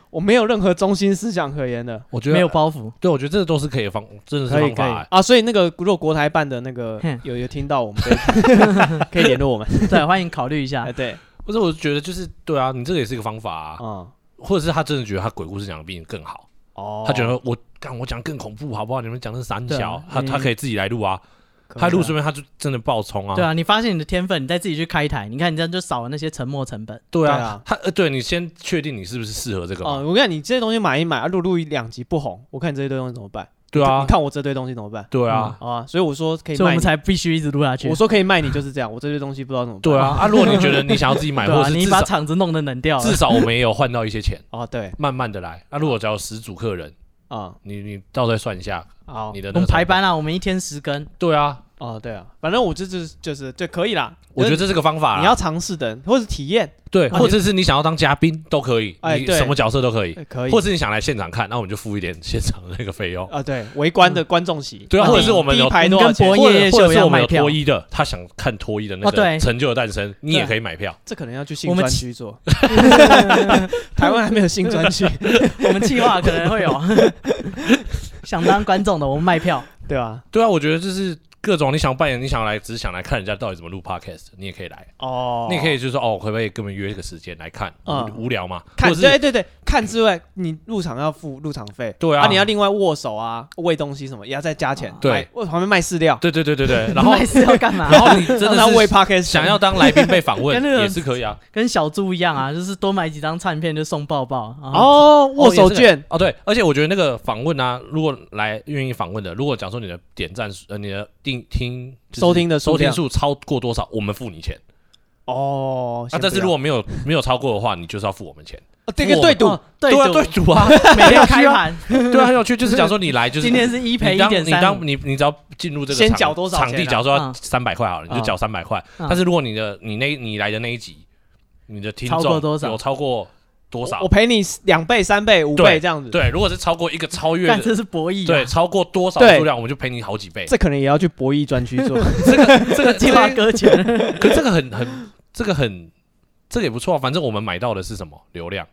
A: 我没有任何中心思想可言的，
C: 我觉得
B: 没有包袱，
C: 对，我觉得这都是可以的方，真的是
A: 可以可
C: 方法
A: 以
C: 欸。
A: 啊！所以那个如果国台办的那个
B: 哼
A: 有有听到我们可以 [laughs] 可以联络我们，
B: 对，欢迎考虑一下
A: 哎，对，
C: 不是，我就觉得就是对啊，你这个也是一个方法啊，
A: 嗯，
C: 或者是他真的觉得他鬼故事讲的比你更好，
A: 哦
C: 他觉得我干我讲更恐怖好不好？你们讲的是三
B: 对啊
C: 小，他
A: 嗯
C: 他可以自己来录啊，
A: 可以
C: 他录
A: 啊
C: 顺便他就真的爆冲啊，
B: 对啊，你发现你的天分，你再自己去开台，你看你这样就少了那些沉没成本，
C: 对
A: 对
C: 啊
A: 啊，
C: 他呃，对你先确定你是不是适合这个嘛，
A: 哦，我跟你讲，你这些东西买一买，啊，录录一两集不红，我看你这些东西怎么办？
C: 对
A: 你
C: 啊，
A: 看我这堆东西怎么办？
C: 对啊，
A: 好啊，所以我说可以
B: 所以我
A: 卖
B: 们
A: 你，
B: 才必须一直录下去
A: 我。说可以卖你就是这样，我这堆东西不知道怎么办。
C: 对啊，啊，如果你觉得你想要自己
B: [laughs]
C: 买，
B: 对
C: 或
B: 啊，
C: 者是
B: 你
C: 至
B: 把
C: 少
B: 场子弄得冷掉了
C: 至，少我们也有换到一些钱，
A: 哦，对
C: 慢慢的来。啊那如果只要有十组客人，
A: 啊，
C: 你你到时候算一下
A: 好
C: 你的
B: 我
C: 那
B: 们
C: 个
B: 排
C: 成本。
B: 班啊，我们一天十更，
C: 对啊，
A: 哦，对啊，反正我这就是就是对，可以啦。
C: 我觉得
A: 就是
C: 这是个方法啦。啊
A: 你要尝试的，或是体验，
C: 对，
A: 啊
C: 或者是你想要当嘉宾都可以，
A: 哎
C: 你
A: 对
C: 什么角色都可以，
A: 呃可以，
C: 或是你想来现场看，那我们就付一点现场的那个费用。
A: 啊，对，围观的观众席，
C: 对啊，
A: 啊
C: 或者是我们
A: 第一
C: 有
A: 排多少钱
B: 跟博弈
C: 或
B: 夜夜
C: 者
B: 秀
C: 或
B: 一
C: 者是
B: 样
C: 我们
B: 卖
C: 有
B: 票
C: [laughs] 脱衣的，他想看脱衣的那
B: 哦对
C: 个成就的诞生，你也可以买票。
A: 这可能要去新
B: 我们
A: 专区做， [laughs] 台湾还没有新专
C: [laughs]
A: 区，
B: 我们计划可能会有想当观众的，我们卖票。
A: 对吧？
C: 对啊，我觉得就是各种你想扮演，你想来，只是想来看人家到底怎么录 podcast，你也可以来，
A: 哦
C: 你也可以就是说哦，可不可以跟我们约一个时间来看？
A: 嗯
C: 无无聊嘛，或
A: 看，
C: 者是
A: 对对对，看之外，你入场要付入场费，
C: 对啊
A: 啊，你要另外握手啊，喂东西什么也要再加钱，
C: 对
A: 买，我旁边卖饲料，
C: 对对对
B: [laughs]
C: 对对，然后
B: 还是要干嘛？
C: 然后你真的
A: 让他喂
C: 是
A: p a c k e
C: 想要当来宾被访问
B: 跟那个
C: 也是可以啊。
B: 跟小猪一样啊，就是多买几张唱片就送抱抱。然后，
A: 哦握手
C: 也
A: 券，
C: 啊哦，对，而且我觉得那个访问啊，如果来愿意访问的，如果讲说你的点赞数呃你的订听就是
A: 收听的数
C: 收听
A: 量
C: 数超过多少，我们付你钱。
A: 哦，
C: 啊，
A: 先
C: 但是
A: 不要
C: 如果没有没有超过的话，你就是要付我们钱。
A: 哦这个对赌
B: 哦，对赌
C: 啊，对赌
B: [laughs]
C: 啊，
B: 每天开盘，
C: 对啊，很有趣，就是讲说你来就是
B: 今天是一赔
C: 你
B: 一
C: 当
B: 点
C: 你
B: 三
C: 当，你你只要进入这个
A: 先
C: 场
A: 缴多少
C: 场
A: 钱
C: 地
A: 啊
C: 假如说
B: 嗯
C: 三百块好了，你就缴三百块。
B: 嗯
C: 但是如果你的你那你来的那一集，你的听众
B: 超过多少
C: 有超过多少
A: 我？赔你两倍、三倍、五倍
C: 对
A: 这样子，
C: 对，如果是超过一个超越
B: 干
C: 的，
B: 这是博弈啊。
C: 对，超过多少
A: 对
C: 数量，我们就赔你好几倍。
A: 这可能也要去博弈专区
C: [laughs]
A: 做，
C: 这个这个
B: 计划搁浅。
C: [laughs] 可这个很很这个很这个也不错啊。反正我们买到的是什么流量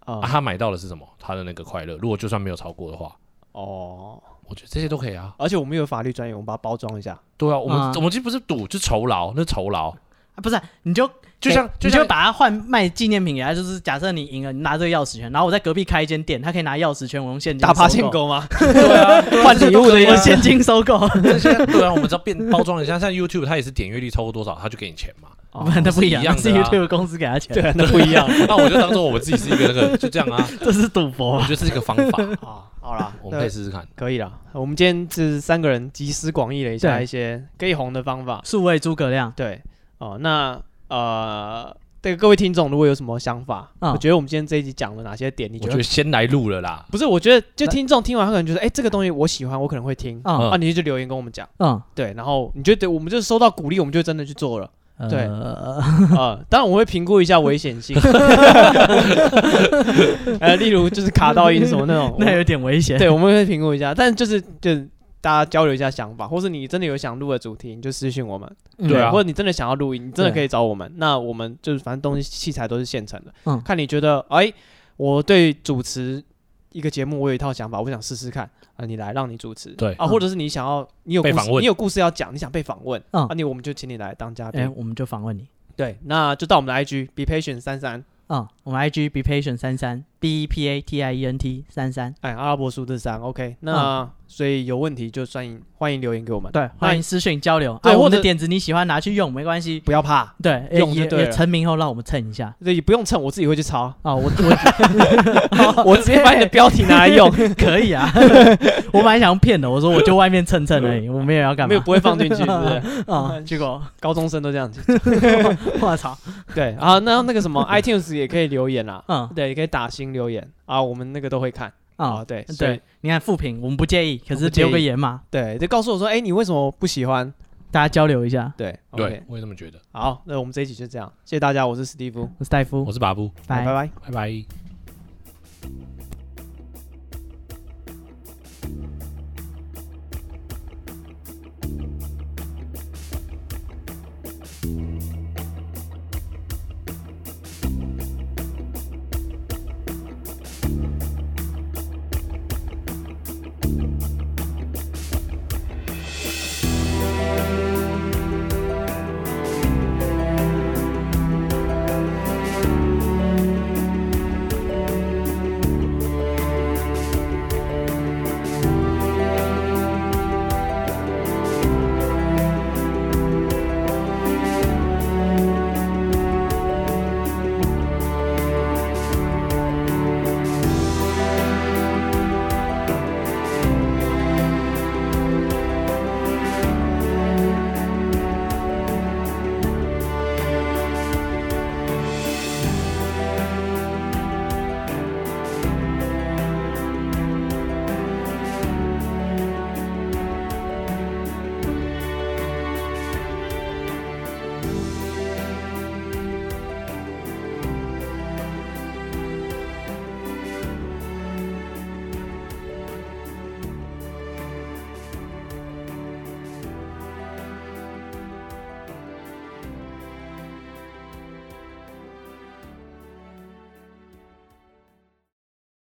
C: 啊？
A: 啊，
C: 他买到的是什么？他的那个快乐。如果就算没有超过的话，
A: 哦，
C: 我觉得这些都可以啊。
A: 而且我们有法律专业，我们把它包装一下，
C: 对啊，我们
B: 啊
C: 我们其实不是赌，就酬劳，那酬劳。
B: 啊不是，你就
C: 就像
B: 给
C: 就
B: 你
C: 像
B: 就把它换卖纪念品给他，就是假设你赢了，你拿这个钥匙圈，然后我在隔壁开一间店，他可以拿钥匙圈，我用现金
A: 打趴
B: 收
A: 限
B: [laughs] 购，
A: 购吗？
C: 对啊，
A: 换
C: [laughs]
A: 礼物的
B: 我
A: 呀，
B: 现金收购，
C: 这些对啊，我们只要变包装一下，像 YouTube 它也是点阅率超过多少，它就给你钱嘛。
A: 哦
B: [laughs] 那不一
C: 是一样
B: 样，
C: 的啊
B: 是 YouTube 公司给他钱，
A: 对， [laughs] 啊，那不一样
C: [laughs] 那我就当做我自己是一个那个，就
A: [laughs]
C: 这样啊。
B: 这是赌
C: 我
B: 博。
C: 觉得这是一个方法，
A: 啊，好 [laughs] 啦，
C: 我们可以
A: 那
C: 试试看。
A: 可以啦，我们今天是三个人集思广益了一下
B: 对
A: 一些可以红的方法，
B: 数位诸葛亮，
A: 对，哦，那呃。对各位听众，如果有什么想法，
B: 嗯
A: 我觉得我们今天这一集讲了哪些点，你
C: 我
A: 觉
C: 觉得
A: 得
C: 先来录了啦。
A: 不是？我觉得就
B: 那
A: 听众听完，他可能觉得，哎，这个东西我喜欢，我可能会听，
B: 嗯
A: 啊，你就留言跟我们讲，
B: 嗯，
A: 对，然后你就得我们就收到鼓励，我们就真的去做了，对
B: 呃
A: 呃，当然我会评估一下危险性，呃，例如就是卡到音什么那种，
B: [laughs] [laughs] 那有点危险。
A: 对，我们会评估一下，但就是就是大家交流一下想法，或是你真的有想录的主题，你就私信我们，
B: 嗯
C: 对啊
A: 或者你真的想要录音，你真的
B: 对
A: 可以找我们，那我们就是反正东西器材都是现成的，
B: 嗯
A: 看你觉得，哎、我对主持。一个节目，我有一套想法，我想试试看啊，你来让你主持，
C: 对
A: 啊，或者是你想要你有故
C: 被
A: 事
C: 访问
A: 你有故事要讲，你想被访问，
B: 嗯
A: 啊，你我们就请你来当嘉宾
B: 哎，，我们就访问你。
A: 对，那就到我们的 IG be patient 三三，
B: 嗯，我们 IG be patient 三三 b e p a t i e n t 三三，
A: 哎，阿拉伯数字三，OK 那。所以有问题就欢迎欢迎留言给我们，
B: 嗯对，欢迎私讯交流。
A: 对
B: 啊，
A: 或
B: 我们
A: 者
B: 的点子你喜欢拿去用没关系，
A: 不要怕，
B: 对，也
A: 用就
B: 也
A: 对了
B: 也成名后让我们蹭一下。
A: 所以不用蹭，我自己会去抄，
B: 啊，我
A: [laughs]
B: 我
A: 我直接
B: [laughs]
A: 把你的标题拿来用，
B: 可以啊， [laughs] 我本来想骗的，我说我就外面蹭蹭而已，我没有要干嘛。
A: 没有不会放
B: [laughs]
A: 进去，是不是？
B: 啊，结果
A: 高中生都这
B: [laughs]
A: 样子。
B: 我操，
A: 对啊，那那个什
B: [laughs]
A: 么 iTunes 也可以留言啦，
B: 嗯
A: 对，也可以打星留言啊，我们那个都会看啊，
B: 啊，
A: 对所以
B: 对，你看复评我们不介意，可
A: 我
B: 是
A: 不介意
B: 留个言嘛，
A: 对，就告诉我说，哎，你为什么不喜欢？
B: 大家交流一下。
A: 对
C: 对
A: OK，
C: 我也这么觉得。
A: 好，那我们这一集就这样，谢谢大家，我是史蒂夫，
B: 我是戴夫
C: 我，是巴布，
A: 拜
B: 拜。
A: 拜。
C: 拜拜。